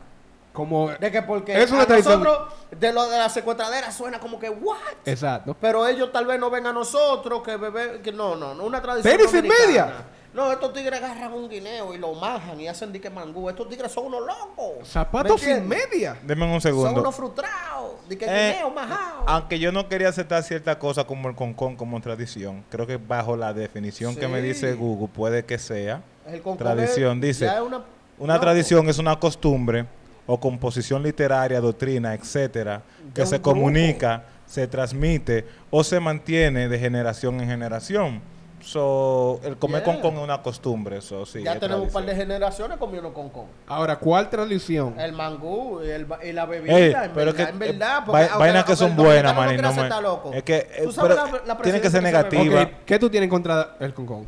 Speaker 2: Como
Speaker 6: De que porque
Speaker 2: Es una
Speaker 6: a
Speaker 2: tradición.
Speaker 6: nosotros, de lo de la secuestradera, suena como que, ¿what?
Speaker 2: exacto.
Speaker 6: Pero ellos tal vez no ven a nosotros que bebé, que no, no, no, una tradición.
Speaker 2: ¡Tenis en
Speaker 6: dominicana.
Speaker 2: media!
Speaker 6: No, estos tigres agarran un guineo y lo majan y hacen dique mangú. Estos tigres son unos locos.
Speaker 2: Zapatos
Speaker 6: ¿Me
Speaker 2: sin
Speaker 6: entiendes?
Speaker 2: media.
Speaker 5: Deme un
Speaker 6: Son
Speaker 5: segundo.
Speaker 6: unos frustrados. Dique
Speaker 5: Eh,
Speaker 6: guineo majado.
Speaker 5: Aunque yo no quería aceptar cierta cosa como el concón como tradición, creo que bajo la definición que me
Speaker 6: Sí.
Speaker 5: dice Google puede que sea
Speaker 6: El concón
Speaker 5: tradición,
Speaker 6: es-
Speaker 5: dice,
Speaker 6: ya es una,
Speaker 5: una
Speaker 6: no,
Speaker 5: tradición es una costumbre o composición literaria, doctrina, etcétera, que
Speaker 6: un
Speaker 5: se
Speaker 6: grupo.
Speaker 5: comunica, se transmite o se mantiene de generación en generación. So, el comer
Speaker 6: Yeah.
Speaker 5: concón es una costumbre, eso sí.
Speaker 6: Ya
Speaker 5: es
Speaker 6: tenemos un par de
Speaker 5: tradición.
Speaker 6: generaciones comiendo concón.
Speaker 2: Ahora, ¿cuál tradición?
Speaker 6: El mangú y, el, y la bebida,
Speaker 5: Ey,
Speaker 6: en
Speaker 5: pero
Speaker 6: verdad,
Speaker 5: que-
Speaker 6: en verdad.
Speaker 5: eh,
Speaker 6: porque
Speaker 5: vai-
Speaker 6: aunque-
Speaker 5: vainas que
Speaker 6: aunque
Speaker 5: son
Speaker 6: el dominicano
Speaker 5: buenas,
Speaker 6: no
Speaker 5: maní,
Speaker 6: quiera
Speaker 5: no me-
Speaker 6: ser tan loco.
Speaker 5: es que, eh,
Speaker 6: Tú sabes
Speaker 5: pero
Speaker 6: la- la
Speaker 5: tienen que ser
Speaker 6: presidencia se
Speaker 5: negativa.
Speaker 6: bebió.
Speaker 2: Ok, ¿Qué tú tienes contra el concón?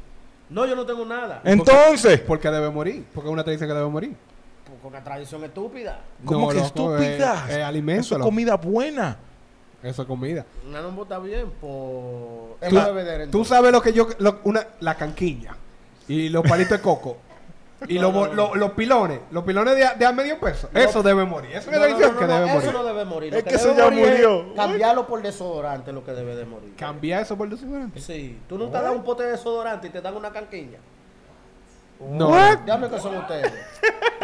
Speaker 6: No, yo no tengo nada.
Speaker 5: Eh. Entonces,
Speaker 2: Porque debe morir, porque es una tradición que debe morir.
Speaker 6: Porque una tradición estúpida.
Speaker 5: ¿cómo
Speaker 2: No,
Speaker 5: que
Speaker 2: loco,
Speaker 5: estúpida?
Speaker 2: Es,
Speaker 6: eh,
Speaker 2: es
Speaker 5: Eso es
Speaker 2: alimento,
Speaker 5: comida buena.
Speaker 2: Eso es comida.
Speaker 6: Una no vota bien por. Es
Speaker 2: Tú,
Speaker 6: bebedera.
Speaker 2: tú
Speaker 6: entonces.
Speaker 2: sabes lo que yo. lo- una, la canquiña. Y los palitos de coco. Y los bo- lo- los pilones. Los pilones de, a- de a medio peso. eso debe morir. Eso es una
Speaker 6: No, no,
Speaker 2: tradición
Speaker 6: no,
Speaker 2: que
Speaker 6: no,
Speaker 2: debe
Speaker 6: eso
Speaker 2: morir.
Speaker 6: no debe morir. Lo
Speaker 5: Es que eso
Speaker 6: debe
Speaker 5: ya
Speaker 6: morir es
Speaker 5: murió.
Speaker 6: Cambiarlo por desodorante, lo que debe de morir.
Speaker 2: Cambia eso por desodorante.
Speaker 6: Sí, tú no te das un pote de desodorante y te dan una canquilla.
Speaker 2: No.
Speaker 6: Dígame que son ustedes.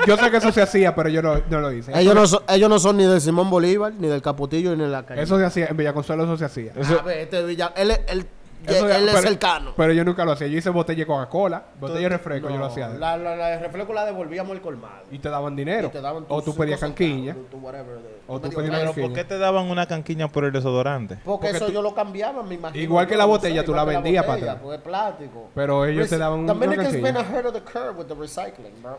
Speaker 2: Yo sé que eso se hacía, pero yo no, no lo hice.
Speaker 6: ellos, no son, ellos no son ni de Simón Bolívar, ni del Caputillo, ni de la calle.
Speaker 2: Eso se hacía. En Villaconsuelo eso se hacía.
Speaker 5: Eso-
Speaker 6: a ver, este Villa, él, es- él,
Speaker 2: Eso
Speaker 6: él
Speaker 2: se-
Speaker 6: es
Speaker 2: pero-
Speaker 6: cercano.
Speaker 2: Pero yo nunca lo hacía. Yo hice botella de Coca-Cola, botella de refresco, yo lo
Speaker 6: No,
Speaker 2: hacía.
Speaker 6: La, la, la de refresco la devolvíamos al colmado.
Speaker 2: Y te daban dinero.
Speaker 6: Y te daban
Speaker 2: o
Speaker 6: tus
Speaker 2: tú pedías
Speaker 6: cinco
Speaker 2: canquiña.
Speaker 6: centavos, tu whatever, de-
Speaker 2: O tú
Speaker 6: medio
Speaker 2: pedías
Speaker 6: peso.
Speaker 5: Pero ¿por qué te daban una canquiña por el desodorante?
Speaker 6: Porque,
Speaker 2: Porque
Speaker 6: eso
Speaker 2: tú-
Speaker 6: yo lo cambiaba, me imagino.
Speaker 2: Igual que
Speaker 6: Yo
Speaker 2: la
Speaker 6: no
Speaker 2: botella, tú
Speaker 6: igual
Speaker 2: la
Speaker 6: que
Speaker 2: vendías para
Speaker 6: botella,
Speaker 2: atrás.
Speaker 6: porque es plástico.
Speaker 2: Pero ellos te daban un-
Speaker 6: También
Speaker 2: una
Speaker 6: es que it's been
Speaker 2: canquilla.
Speaker 6: ahead of the curve with the recycling, bro.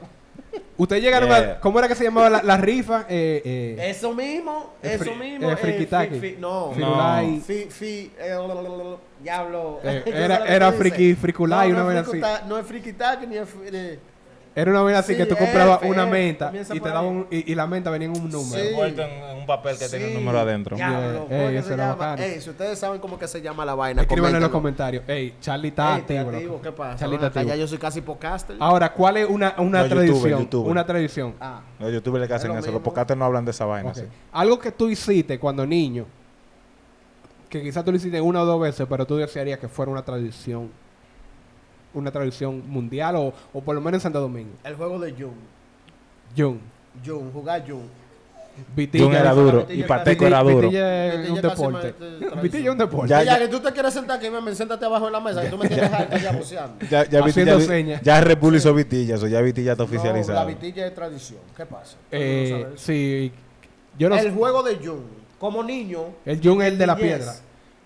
Speaker 2: Ustedes llegaron a.
Speaker 5: Yeah.
Speaker 2: ¿Cómo era que se llamaba la, la rifa? Eh, eh,
Speaker 6: Eso mismo,
Speaker 2: Eh,
Speaker 6: eso
Speaker 2: fri-
Speaker 6: mismo.
Speaker 2: eh,
Speaker 6: eh,
Speaker 2: friki-taki.
Speaker 6: fi- fi- No,
Speaker 5: No.
Speaker 2: Firulai.
Speaker 6: Fi, fi, eh, lo, lo, lo, lo, diablo.
Speaker 2: Eh,
Speaker 6: Yo sé
Speaker 2: era-
Speaker 6: lo que
Speaker 2: era
Speaker 6: tú dices.
Speaker 2: friki- friculai,
Speaker 6: no,
Speaker 2: una
Speaker 6: no
Speaker 2: vaina
Speaker 6: es
Speaker 2: así.
Speaker 6: fricuta- No es friki-taki ni es. fri- de-
Speaker 2: Era una vaina así
Speaker 6: Sí,
Speaker 2: que tú comprabas
Speaker 6: F,
Speaker 2: una
Speaker 6: F,
Speaker 2: menta y
Speaker 6: comienza
Speaker 2: te
Speaker 6: por
Speaker 2: daban
Speaker 6: ahí.
Speaker 2: un- y, y la menta venía en un número.
Speaker 6: Sí.
Speaker 5: Envuelto en, en un papel que tenía
Speaker 6: Sí,
Speaker 5: un número adentro.
Speaker 2: Yeah,
Speaker 6: Diablo, ¿cómo
Speaker 2: ey,
Speaker 6: es que
Speaker 2: eso
Speaker 6: se
Speaker 2: era
Speaker 6: llama?
Speaker 2: bacano.
Speaker 6: Ey, si ustedes saben cómo que se llama la vaina,
Speaker 2: Escríbanlo en los
Speaker 6: coméntenlo.
Speaker 2: comentarios. Ey, Charlie
Speaker 6: Ey,
Speaker 2: está
Speaker 6: está
Speaker 2: activo,
Speaker 6: activo,
Speaker 2: loco. Ah.
Speaker 6: ¿Qué pasa?
Speaker 2: Charlie
Speaker 6: Bueno,
Speaker 2: está
Speaker 6: acá Ya
Speaker 2: activo.
Speaker 6: yo soy casi podcaster.
Speaker 2: Ahora, ¿cuál es una, una
Speaker 5: No, youtuber,
Speaker 2: tradición?
Speaker 5: youtuber.
Speaker 2: Una tradición.
Speaker 6: Ah.
Speaker 5: Los youtubers le que hacen
Speaker 6: Es lo
Speaker 5: eso, los
Speaker 6: mismo.
Speaker 5: podcasts no hablan de esa vaina.
Speaker 2: Ok.
Speaker 5: sí.
Speaker 2: Algo que tú hiciste cuando niño, que quizás tú lo hiciste una o dos veces, pero tú desearías que fuera una tradición. Una tradición mundial o, o por lo menos en Santo Domingo.
Speaker 6: El juego de Jun.
Speaker 2: Jun.
Speaker 6: Jun, jugar Jun.
Speaker 2: Vitilla.
Speaker 5: Jun era
Speaker 6: Vitilla,
Speaker 5: duro
Speaker 6: Vitilla,
Speaker 5: y Pateco
Speaker 2: Vitilla-
Speaker 5: era duro.
Speaker 2: Vitilla es
Speaker 6: Vitilla
Speaker 2: un
Speaker 6: casi
Speaker 2: deporte.
Speaker 6: me- te- te-
Speaker 2: Vitilla es un deporte.
Speaker 5: Ya-
Speaker 6: Ya, ya que tú te quieres sentar aquí, me siéntate abajo de la mesa, que tú me tienes harta ya buceando.
Speaker 5: Ya, ya,
Speaker 2: Haciendo
Speaker 5: Vitilla,
Speaker 2: señas.
Speaker 5: ya Red Bull hizo Vitilla, eso ya Vitilla está
Speaker 6: No, la
Speaker 5: oficializado.
Speaker 6: vitilla es tradición. ¿Qué pasa?
Speaker 2: Eh,
Speaker 6: No sabes.
Speaker 2: sí. Yo no sé.
Speaker 6: El juego de Jun, como niño.
Speaker 2: El Jun es el de la
Speaker 6: niñez,
Speaker 2: piedra.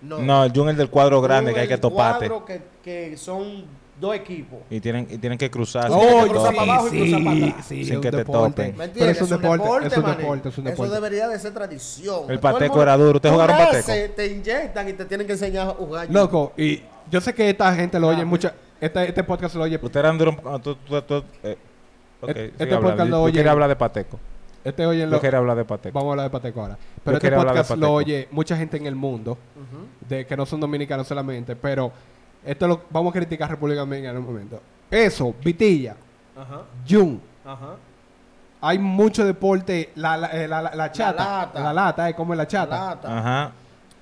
Speaker 6: No,
Speaker 5: no, el Jun es del cuadro grande
Speaker 6: Jun
Speaker 5: que hay
Speaker 6: el
Speaker 5: que toparte.
Speaker 6: cuadro que, que son dos equipos.
Speaker 5: Y tienen, y tienen que cruzar.
Speaker 6: Oh,
Speaker 5: sin que te
Speaker 6: cruzar
Speaker 5: toquen.
Speaker 6: para abajo y cruzar para atrás.
Speaker 2: sí,
Speaker 5: Sin
Speaker 2: es
Speaker 5: que
Speaker 2: un
Speaker 5: te
Speaker 2: deporte.
Speaker 5: topen.
Speaker 6: ¿Me
Speaker 2: Pero
Speaker 6: entiendes?
Speaker 2: es un deporte, es un
Speaker 6: mané.
Speaker 2: deporte, es un
Speaker 6: Eso
Speaker 2: deporte.
Speaker 6: debería de ser tradición. Todo
Speaker 5: El pateco
Speaker 6: mundo-
Speaker 5: era duro. ¿Ustedes
Speaker 6: tú
Speaker 5: jugaron
Speaker 6: naces,
Speaker 5: pateco?
Speaker 6: Te inyectan y te tienen que enseñar a jugar.
Speaker 2: Loco, y yo sé que esta gente
Speaker 6: Ah,
Speaker 2: lo oye mucha. Este, este podcast lo oye.
Speaker 5: Ustedes anduvieron. ah, tú- tú- tú- eh, ok,
Speaker 2: Este-
Speaker 5: sigue
Speaker 2: este
Speaker 5: hablando.
Speaker 2: podcast lo
Speaker 5: Yo- yo
Speaker 2: oyen-
Speaker 5: quería hablar de Pateco.
Speaker 2: Este oye
Speaker 5: Yo
Speaker 2: lo.
Speaker 5: quería hablar de Pateco.
Speaker 2: Vamos a hablar de Pateco ahora. Pero este
Speaker 5: quería hablar de
Speaker 2: podcast lo
Speaker 5: Pateco.
Speaker 2: oye mucha gente en el mundo, de que no son dominicanos solamente, pero esto lo vamos a criticar a República Dominicana en un momento. Eso, Vitilla,
Speaker 6: Ajá,
Speaker 2: Jun,
Speaker 6: ajá.
Speaker 2: hay mucho deporte, la, la, eh, la- la- la chata, la lata,
Speaker 6: lata.
Speaker 2: eh, como es la chata.
Speaker 6: Lata.
Speaker 5: Ajá.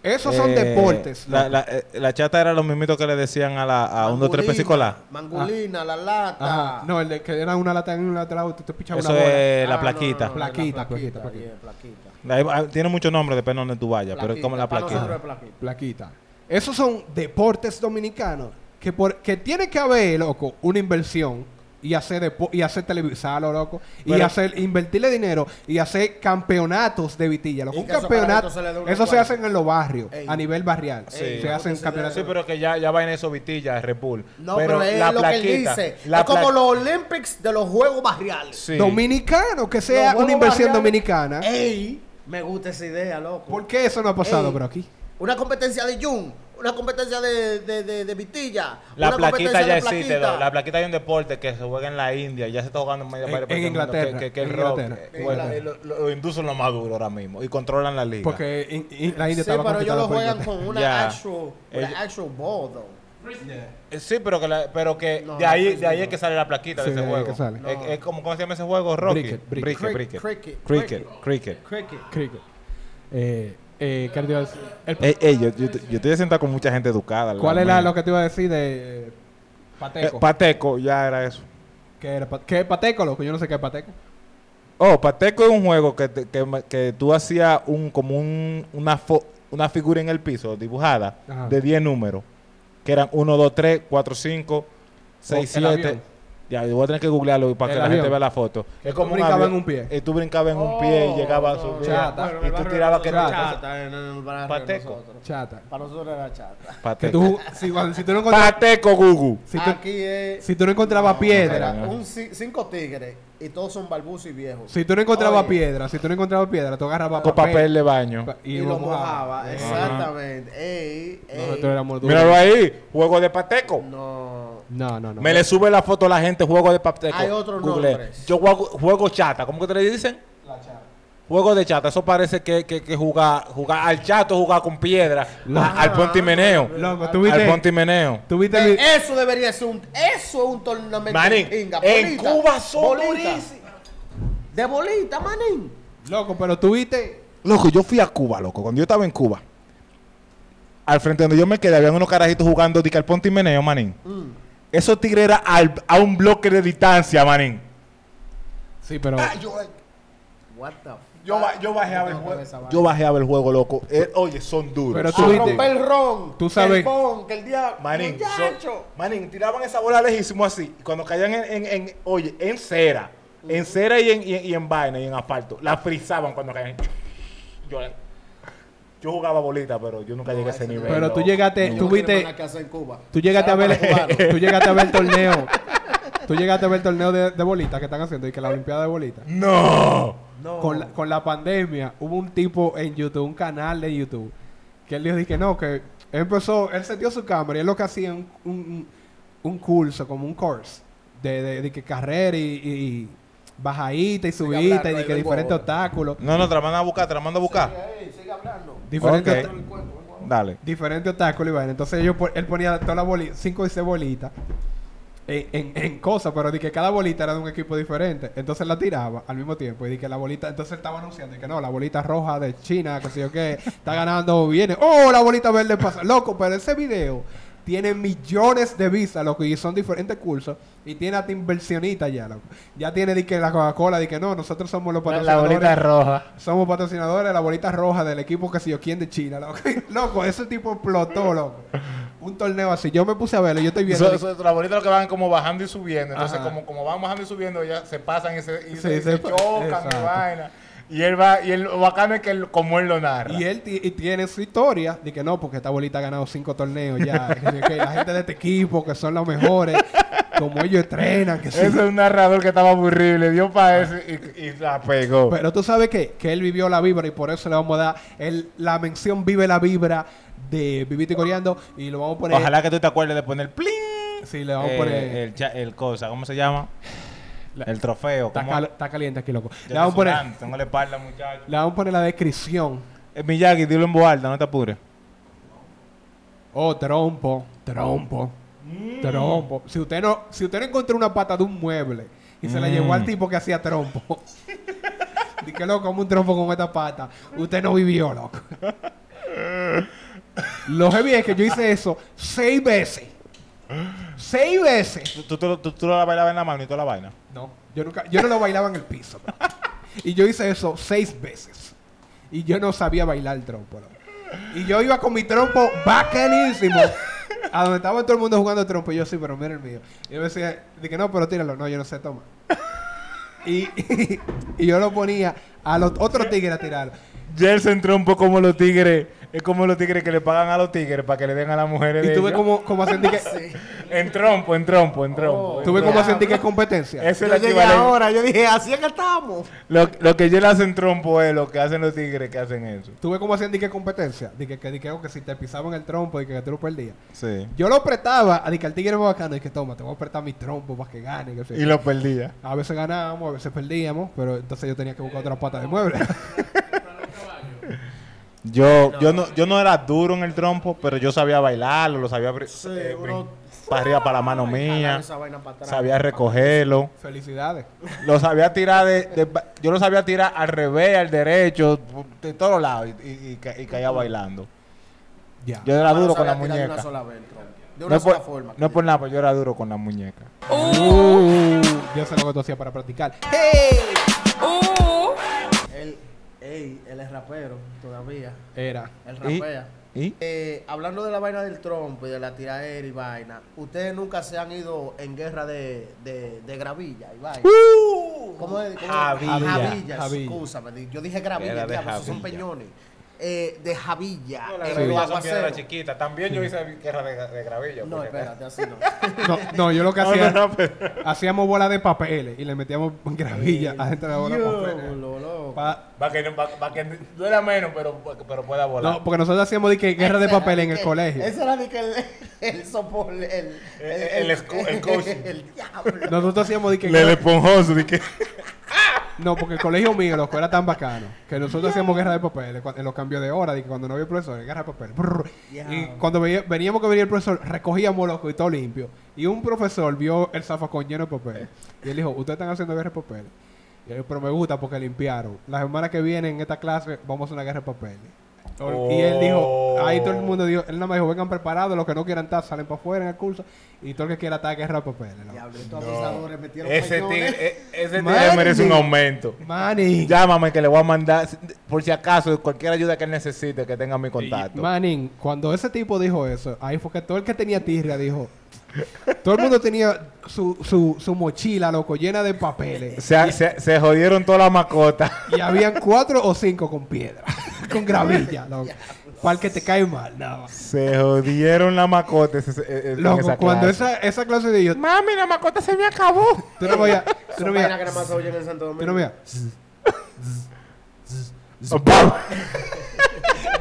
Speaker 2: Esos son
Speaker 5: Eh,
Speaker 2: deportes.
Speaker 5: La,
Speaker 2: loco.
Speaker 5: la- eh, la chata era lo mismito que le decían a la a un dos tres
Speaker 6: Mangulina,
Speaker 5: pesicola.
Speaker 6: Mangulina, la
Speaker 2: Ajá.
Speaker 6: lata.
Speaker 2: Ah, No, el de que era una lata en una lata, la otra, te pichaba una
Speaker 5: Eso
Speaker 2: bola.
Speaker 5: es la
Speaker 6: Ah,
Speaker 5: plaquita.
Speaker 6: no, no, no,
Speaker 2: Plaquita,
Speaker 6: la
Speaker 2: plaquita,
Speaker 6: plaquita,
Speaker 2: plaquita.
Speaker 6: bien, plaquita.
Speaker 5: La- ah, tiene muchos nombres, depende de donde tú vayas, pero es como la
Speaker 6: Para
Speaker 5: plaquita.
Speaker 6: nosotros es plaquita.
Speaker 2: Plaquita. Ah, Esos son deportes dominicanos que, por, que tiene que haber, loco, una inversión y hacer depo- y hacer televisarlo, loco, y
Speaker 5: Pero-
Speaker 2: hacer invertirle dinero y hacer campeonatos de vitilla, loco.
Speaker 6: Y
Speaker 2: Un
Speaker 6: que esos
Speaker 2: campeonato,
Speaker 6: carajitos se le dé una
Speaker 2: eso se
Speaker 6: cuarta.
Speaker 2: hacen en los barrios,
Speaker 6: Ey.
Speaker 2: a nivel barrial.
Speaker 5: Sí.
Speaker 2: Se hacen
Speaker 6: Sí,
Speaker 2: campeonatos.
Speaker 5: Sí, pero que ya, ya va en eso Vitilla, Red Bull.
Speaker 6: No, pero, es lo que él dice.
Speaker 5: la
Speaker 6: es como
Speaker 5: pla-
Speaker 6: los Olympics de los Juegos Barriales.
Speaker 5: Sí.
Speaker 2: Dominicano, que sea
Speaker 6: Los
Speaker 2: una
Speaker 6: Juegos
Speaker 2: inversión
Speaker 6: Barriales.
Speaker 5: ¿Ah?
Speaker 2: dominicana.
Speaker 6: Eh. Ey, me gusta esa idea, loco.
Speaker 2: ¿Por qué eso no ha pasado,
Speaker 6: Ey.
Speaker 2: bro, aquí?
Speaker 6: Una competencia de Jun, una competencia de, de, de, de Vitilla.
Speaker 5: La
Speaker 6: una
Speaker 5: plaquita
Speaker 6: competencia
Speaker 5: ya
Speaker 6: de
Speaker 5: existe,
Speaker 6: plaquita.
Speaker 5: do- la plaquita hay un deporte que se juega en la India, ya se está jugando en medio
Speaker 2: En- en
Speaker 5: varios países del mundo,
Speaker 2: Inglaterra,
Speaker 5: que, que el
Speaker 2: en
Speaker 5: rock,
Speaker 2: Inglaterra.
Speaker 5: eh, bueno, eh, lo- lo- los hindúes son los más duros ahora mismo y controlan la liga.
Speaker 2: Porque in- in- la India
Speaker 6: Sí,
Speaker 2: estaba
Speaker 6: pero ellos
Speaker 2: conquistada
Speaker 6: lo
Speaker 2: por
Speaker 6: juegan
Speaker 2: Inglaterra.
Speaker 6: con una
Speaker 5: Ya.
Speaker 6: actual,
Speaker 5: Ellos-
Speaker 6: una actual ball, though.
Speaker 5: Eh, Sí, pero que, la- pero que
Speaker 6: No,
Speaker 5: de ahí,
Speaker 6: no,
Speaker 5: de ahí
Speaker 6: no.
Speaker 5: es que sale la plaquita
Speaker 2: Sí,
Speaker 5: de
Speaker 2: de
Speaker 5: ese
Speaker 2: ahí
Speaker 5: juego.
Speaker 2: que sale.
Speaker 5: Es, es como, ¿cómo se llama ese juego? Rocky.
Speaker 2: Bricket, bricket.
Speaker 5: bricket.
Speaker 6: Cricket,
Speaker 5: Cricket, cricket.
Speaker 6: Cricket.
Speaker 2: Cricket. Eh, eh, ¿qué te iba a decir? El-
Speaker 5: Ey, ey, eh, yo, yo- yo estoy sentado con mucha gente educada. al
Speaker 2: ¿Cuál
Speaker 5: lado
Speaker 2: era
Speaker 5: mío.
Speaker 2: lo que te iba a decir de eh,
Speaker 5: Eh,
Speaker 2: Pateco?
Speaker 5: Pateco, ya era eso.
Speaker 2: ¿Qué, era? Pa- ¿Qué es Pateco, loco? Yo no sé qué es Pateco.
Speaker 5: Oh, Pateco es un juego que, te- que, ma- que tú hacías un, como un, una, fo- una figura en el piso dibujada
Speaker 2: Ajá.
Speaker 5: de 10 números. Que eran 1, 2, 3, 4, 5, 6,
Speaker 2: el
Speaker 5: 7.
Speaker 2: avión.
Speaker 5: Ya, yo voy a tener que googlearlo para que
Speaker 2: El
Speaker 5: la gente
Speaker 2: avión.
Speaker 5: vea la foto.
Speaker 2: Que tú brincabas en un pie.
Speaker 5: Y Eh, tú brincabas en un pie y llegabas a
Speaker 6: no,
Speaker 5: subir.
Speaker 2: chata.
Speaker 6: Bueno, en
Speaker 5: y
Speaker 6: el
Speaker 5: tú
Speaker 6: barrio
Speaker 5: tirabas
Speaker 6: nosotros
Speaker 5: que
Speaker 6: era
Speaker 2: Chata.
Speaker 6: chata, eh, en el barrio
Speaker 5: Pateco.
Speaker 6: nosotros.
Speaker 2: Chata.
Speaker 6: Para nosotros era chata.
Speaker 2: Que
Speaker 5: Pateco.
Speaker 2: tú, si, cuando- si tú no encontrabas,
Speaker 5: Pateco Gugu.
Speaker 2: si tú,
Speaker 6: Aquí es
Speaker 2: si tú no encontrabas piedra,
Speaker 5: no.
Speaker 6: era un ci- cinco tigres y todos son balbucios y viejos.
Speaker 2: si tú no encontrabas
Speaker 6: Oye,
Speaker 2: piedra, si tú no encontrabas piedra, tú agarrabas
Speaker 5: Con papel de baño.
Speaker 2: pa-
Speaker 6: y, lo mojaba,
Speaker 2: mojabas.
Speaker 6: exactamente. Ey, ey.
Speaker 2: Nosotros éramos duros.
Speaker 5: Míralo ahí. Juego de Pateco.
Speaker 6: No.
Speaker 2: No, no, no.
Speaker 5: Me le sube la foto a la gente, juego de pateco.
Speaker 6: Hay otros
Speaker 5: Google.
Speaker 6: nombres.
Speaker 5: Yo juego, juego chata, ¿cómo que te le dicen? Juego de chata, eso parece que, que, que jugar, jugar al chato, jugar con piedra,
Speaker 2: No.
Speaker 5: a- al pontimeneo.
Speaker 2: Loco, tú
Speaker 5: Al
Speaker 2: viste.
Speaker 5: pontimeneo.
Speaker 2: Tú viste
Speaker 6: Eh,
Speaker 2: el vi-
Speaker 6: eso debería ser un eso es un torneo
Speaker 5: Manín, en Cuba son durísimos.
Speaker 6: De bolita, manín.
Speaker 2: Loco, pero tú viste.
Speaker 5: Loco, yo fui a Cuba, loco, cuando yo estaba en Cuba. Al frente donde yo me quedé, habían unos carajitos jugando de que al pontimeneo, manín.
Speaker 6: Mm.
Speaker 5: Esos tigres eran al- a un bloque de distancia, manín.
Speaker 2: Sí, pero.
Speaker 5: Ah, yo,
Speaker 6: What the fuck?
Speaker 5: yo ba- yo bajé a ver el
Speaker 6: Tengo que ver esa
Speaker 5: juego.
Speaker 6: vaina.
Speaker 5: Yo bajé a ver el juego, loco. Eh, oye, son duros.
Speaker 2: Pero
Speaker 6: A
Speaker 2: tú viste.
Speaker 6: romper el ron.
Speaker 2: Tú
Speaker 6: que
Speaker 2: sabes-
Speaker 6: El pon, que el diablo.
Speaker 5: Manín,
Speaker 6: Muchacho.
Speaker 5: so- manín, tiraban esa bola lejísimo así. Y cuando caían en, en- en- oye, en cera, en cera y en, y, en- y en vaina y en asfalto, la frizaban cuando caían. Yo, yo jugaba bolita, pero yo nunca llegué a ese
Speaker 6: ese
Speaker 5: nivel.
Speaker 6: nivel
Speaker 2: Pero tú
Speaker 5: loco.
Speaker 2: llegaste.
Speaker 6: Yo
Speaker 2: Tú
Speaker 6: no quiero
Speaker 2: viste.
Speaker 6: nada que hacer en Cuba.
Speaker 2: Tú llegaste a ver,
Speaker 6: Claro.
Speaker 2: tú llegaste a ver el torneo. Tú llegaste a ver el torneo de, de bolitas que están haciendo y que la Olimpiada de bolitas.
Speaker 5: ¡No!
Speaker 6: No.
Speaker 2: Con, la, con la pandemia hubo un tipo en YouTube, un canal de YouTube, que él dijo di que no, que él empezó, él se dio su cámara y él lo que hacía un, un, un curso, como un course, de, de, de que carrera y, y bajadita y subidita y
Speaker 6: hablarlo,
Speaker 2: de que
Speaker 6: ahí vengo
Speaker 2: diferentes
Speaker 6: ahora.
Speaker 2: obstáculos,
Speaker 5: No, no, te la mandan a buscar, te la mandan a buscar.
Speaker 6: Ey, sigue hablando.
Speaker 2: diferentes,
Speaker 5: Ok. Dale.
Speaker 2: diferentes obstáculos y vaina. Entonces ellos, pon- él ponía todas las bolitas, cinco y seis bolitas en, en, en cosas, pero di que cada bolita era de un equipo diferente. Entonces la tiraba al mismo tiempo y di que la bolita, entonces él estaba anunciando y que no, la bolita roja de China, que sé yo qué, está ganando, viene. Oh, la bolita verde pasa. Loco, pero ese video tiene millones de visas, loco, y son diferentes cursos. Y tiene hasta inversionistas ya, loco. Ya tiene de que la Coca-Cola, de que no, nosotros somos los
Speaker 7: La, la
Speaker 2: patrocinadores.
Speaker 7: bolita roja.
Speaker 2: Somos patrocinadores de la bolita roja del equipo que si yo quién de China, loco. loco, ese tipo explotó, loco. Un torneo así. Yo me puse a verlo, yo estoy viendo.
Speaker 5: Eso, eso, la bolita lo que van como bajando y subiendo. Entonces,
Speaker 2: Ajá.
Speaker 5: como, como van bajando y subiendo, ya se pasan y se,
Speaker 2: Sí,
Speaker 5: y se, y
Speaker 2: se
Speaker 5: se
Speaker 2: pa-
Speaker 5: chocan y
Speaker 2: exacto.
Speaker 5: vaina. Y él va, y él- lo bacano es que él- como él lo narra.
Speaker 2: Y él ti- y tiene su historia de que no, porque esta bolita ha ganado cinco torneos ya. que sí, que la gente de este equipo, que son los mejores, como ellos entrenan, que sí.
Speaker 5: Ese es un narrador que estaba aburrido, le dio para eso y, y la pegó.
Speaker 2: Pero tú sabes que, que él vivió la vibra y por eso le vamos a dar el- la mención Vive la vibra de Vivito y Coreando y lo vamos a poner.
Speaker 5: Ojalá que tú te acuerdes de poner pling.
Speaker 2: Sí, le vamos a
Speaker 5: Eh,
Speaker 2: poner.
Speaker 5: el, cha- el cosa, ¿cómo se llama?
Speaker 2: La-
Speaker 5: el trofeo.
Speaker 2: Está,
Speaker 5: ¿cómo?
Speaker 2: cal- está caliente aquí, loco.
Speaker 5: Yo
Speaker 2: Le vamos, a
Speaker 5: estoy
Speaker 2: poner,
Speaker 5: sudando, Tengo la espalda, muchacho.
Speaker 2: le vamos a poner la descripción.
Speaker 5: Eh, Miyagi, dilo en voz alta, no te apures.
Speaker 2: Oh, trompo, trompo, trompo. Si usted no, si usted no encontró una pata de un mueble y se la llevó al tipo que hacía trompo. Dije, loco, como un trompo con esta pata. Usted no vivió, loco. Lo heavy es que yo hice eso seis veces. Seis veces.
Speaker 5: Tú, tú, te lo- tú- tú la bailabas en la mano y toda la vaina.
Speaker 2: No, yo nunca, yo no lo bailaba en el piso. bro. Y yo hice eso seis veces. Y yo no sabía bailar el trompo. loco. Y yo iba con mi trompo bacanísimo. A donde estaba todo el mundo jugando trompo. Y yo sí, pero mira el mío. Y yo me decía, dije, no, pero tíralo. No, yo no sé, toma. Y, y yo lo ponía a los otros tigres a tirarlo.
Speaker 5: Jelsen entró un poco como los tigres. Es como los tigres que le pagan a los tigres para que le den a las mujeres.
Speaker 2: Y
Speaker 5: de
Speaker 2: tuve
Speaker 5: ellos.
Speaker 2: como, como sentí que...
Speaker 5: En trompo, en trompo, en trompo. en
Speaker 2: Oh. Tuve
Speaker 5: trompo.
Speaker 2: como sentí que es competencia.
Speaker 5: Ese es
Speaker 6: Yo
Speaker 5: el
Speaker 6: llegué
Speaker 5: equivalente.
Speaker 6: ahora, yo dije, así es que estamos.
Speaker 5: Lo, lo que Jel hace en trompo es lo que hacen los tigres que hacen eso.
Speaker 2: Tuve como sentí que competencia. Dije que, dije, que si te pisaban el trompo, dije que tú lo perdías.
Speaker 5: Sí.
Speaker 2: Yo lo apretaba a que el tigre más bacano y que toma, te voy a apretar mis trompos para que gane. que sé
Speaker 5: Y
Speaker 2: yo.
Speaker 5: lo perdía.
Speaker 2: A veces ganábamos, a veces perdíamos, pero entonces yo tenía que buscar otra pata de mueble.
Speaker 5: Yo no. Yo, no, yo no era duro en el trompo, pero yo sabía bailarlo, lo sabía bri-
Speaker 6: Sí,
Speaker 5: eh,
Speaker 6: uno-
Speaker 5: brin- para arriba, para la mano mía, sabía recogerlo,
Speaker 2: Felicidades.
Speaker 5: lo sabía tirar de, de ba- yo lo sabía tirar al revés, al derecho, de todos lados y, y- y ca- y caía bailando.
Speaker 2: Ya.
Speaker 5: Yo era duro
Speaker 6: Duro
Speaker 5: con la
Speaker 6: De
Speaker 5: muñeca.
Speaker 6: una sola, vez, el tronco. de
Speaker 5: No
Speaker 6: una
Speaker 5: es por,
Speaker 6: sola forma.
Speaker 5: no es por nada, pero yo era duro con la muñeca.
Speaker 2: Uh, yo sé lo que tú hacías para practicar.
Speaker 6: El, ey, él es rapero todavía.
Speaker 2: Era.
Speaker 6: El
Speaker 5: ¿Y?
Speaker 6: rapea.
Speaker 5: ¿Y?
Speaker 6: Eh, hablando de la vaina del trompo y de la tiradera y vaina, ustedes nunca se han ido en guerra de, de, de gravilla y vaina. ¿Cómo es? ¿Cómo es?
Speaker 5: Uh, Javilla.
Speaker 6: Javilla,
Speaker 2: Javilla.
Speaker 6: excúsame, di- Yo dije gravilla,
Speaker 5: Guerra de
Speaker 6: diablo, esos son
Speaker 5: javilla.
Speaker 6: peñones. Eh, de javilla. en
Speaker 2: gravilla
Speaker 6: los
Speaker 2: son
Speaker 6: aguaceros.
Speaker 5: chiquita. También yo hice guerra de, gravilla.
Speaker 6: No, espérate, así no.
Speaker 2: No, no, yo lo que hacía.
Speaker 5: no, no, pero-
Speaker 2: hacíamos bolas de papeles y le metíamos gravilla
Speaker 6: Eh.
Speaker 2: adentro de la bola de papeles.
Speaker 6: Diablo, loco.
Speaker 2: Pa-
Speaker 5: Para que, no- pa- pa' que duela menos, pero, pero pueda volar.
Speaker 2: no, porque nosotros hacíamos de que guerra de
Speaker 6: Ese era
Speaker 2: papel en
Speaker 6: de
Speaker 2: el
Speaker 6: que-
Speaker 2: colegio.
Speaker 6: Ese era de que el, el sopor, el, el,
Speaker 5: El- el escu- el coaching.
Speaker 6: el diablo.
Speaker 2: Nosotros hacíamos de que
Speaker 5: Lele esponjoso, de que...
Speaker 2: No, porque el colegio mío, loco, era tan bacano que nosotros hacíamos guerra de papeles cua- en los cambios de hora, de que cuando no había el profesor, guerra de papel. brrr.
Speaker 6: Ya.
Speaker 2: Y cuando veía- veníamos que venía el profesor, recogíamos loco y todo limpio. Y un profesor vio el zafacón lleno de papeles. Y él dijo, ustedes están haciendo guerra de papeles. Y yo, pero me gusta porque limpiaron. La semana que viene en esta clase vamos a hacer una guerra de papeles. O- Y él dijo, ahí todo el mundo dijo, él nada más dijo, vengan preparados, los que no quieran estar, salen para afuera en el curso, y todo el que quiera estar guerra de papeles. loco.
Speaker 6: Diablo, estos abusadores metieron
Speaker 5: Ese
Speaker 6: peñones.
Speaker 5: tigre, e- ese tigre
Speaker 2: Madre
Speaker 5: merece un
Speaker 2: mía.
Speaker 5: aumento.
Speaker 2: Manning.
Speaker 5: Llámame que le voy a mandar, si- por si acaso, cualquier ayuda que él necesite, que tenga mi contacto.
Speaker 2: Manning, cuando ese tipo dijo eso, ahí fue que todo el que tenía tirria dijo. Todo el mundo tenía su, su, su mochila, loco, llena de papeles.
Speaker 5: se, se- se jodieron todas las mascotas.
Speaker 2: Y habían cuatro o cinco con piedra, con gravilla, loco. Para que te cae mal, nada más.
Speaker 5: Se jodieron las mascotas. ese- e- e- en
Speaker 2: Loco,
Speaker 5: esa
Speaker 2: cuando
Speaker 5: clase.
Speaker 2: esa, esa clase de ellos,
Speaker 5: Mami, la mascota se me acabó.
Speaker 2: tú no veías, tú
Speaker 6: Son
Speaker 2: no
Speaker 6: vainas que nada
Speaker 2: veías,
Speaker 6: más se oyen en Santo Domingo.
Speaker 2: tú no veías.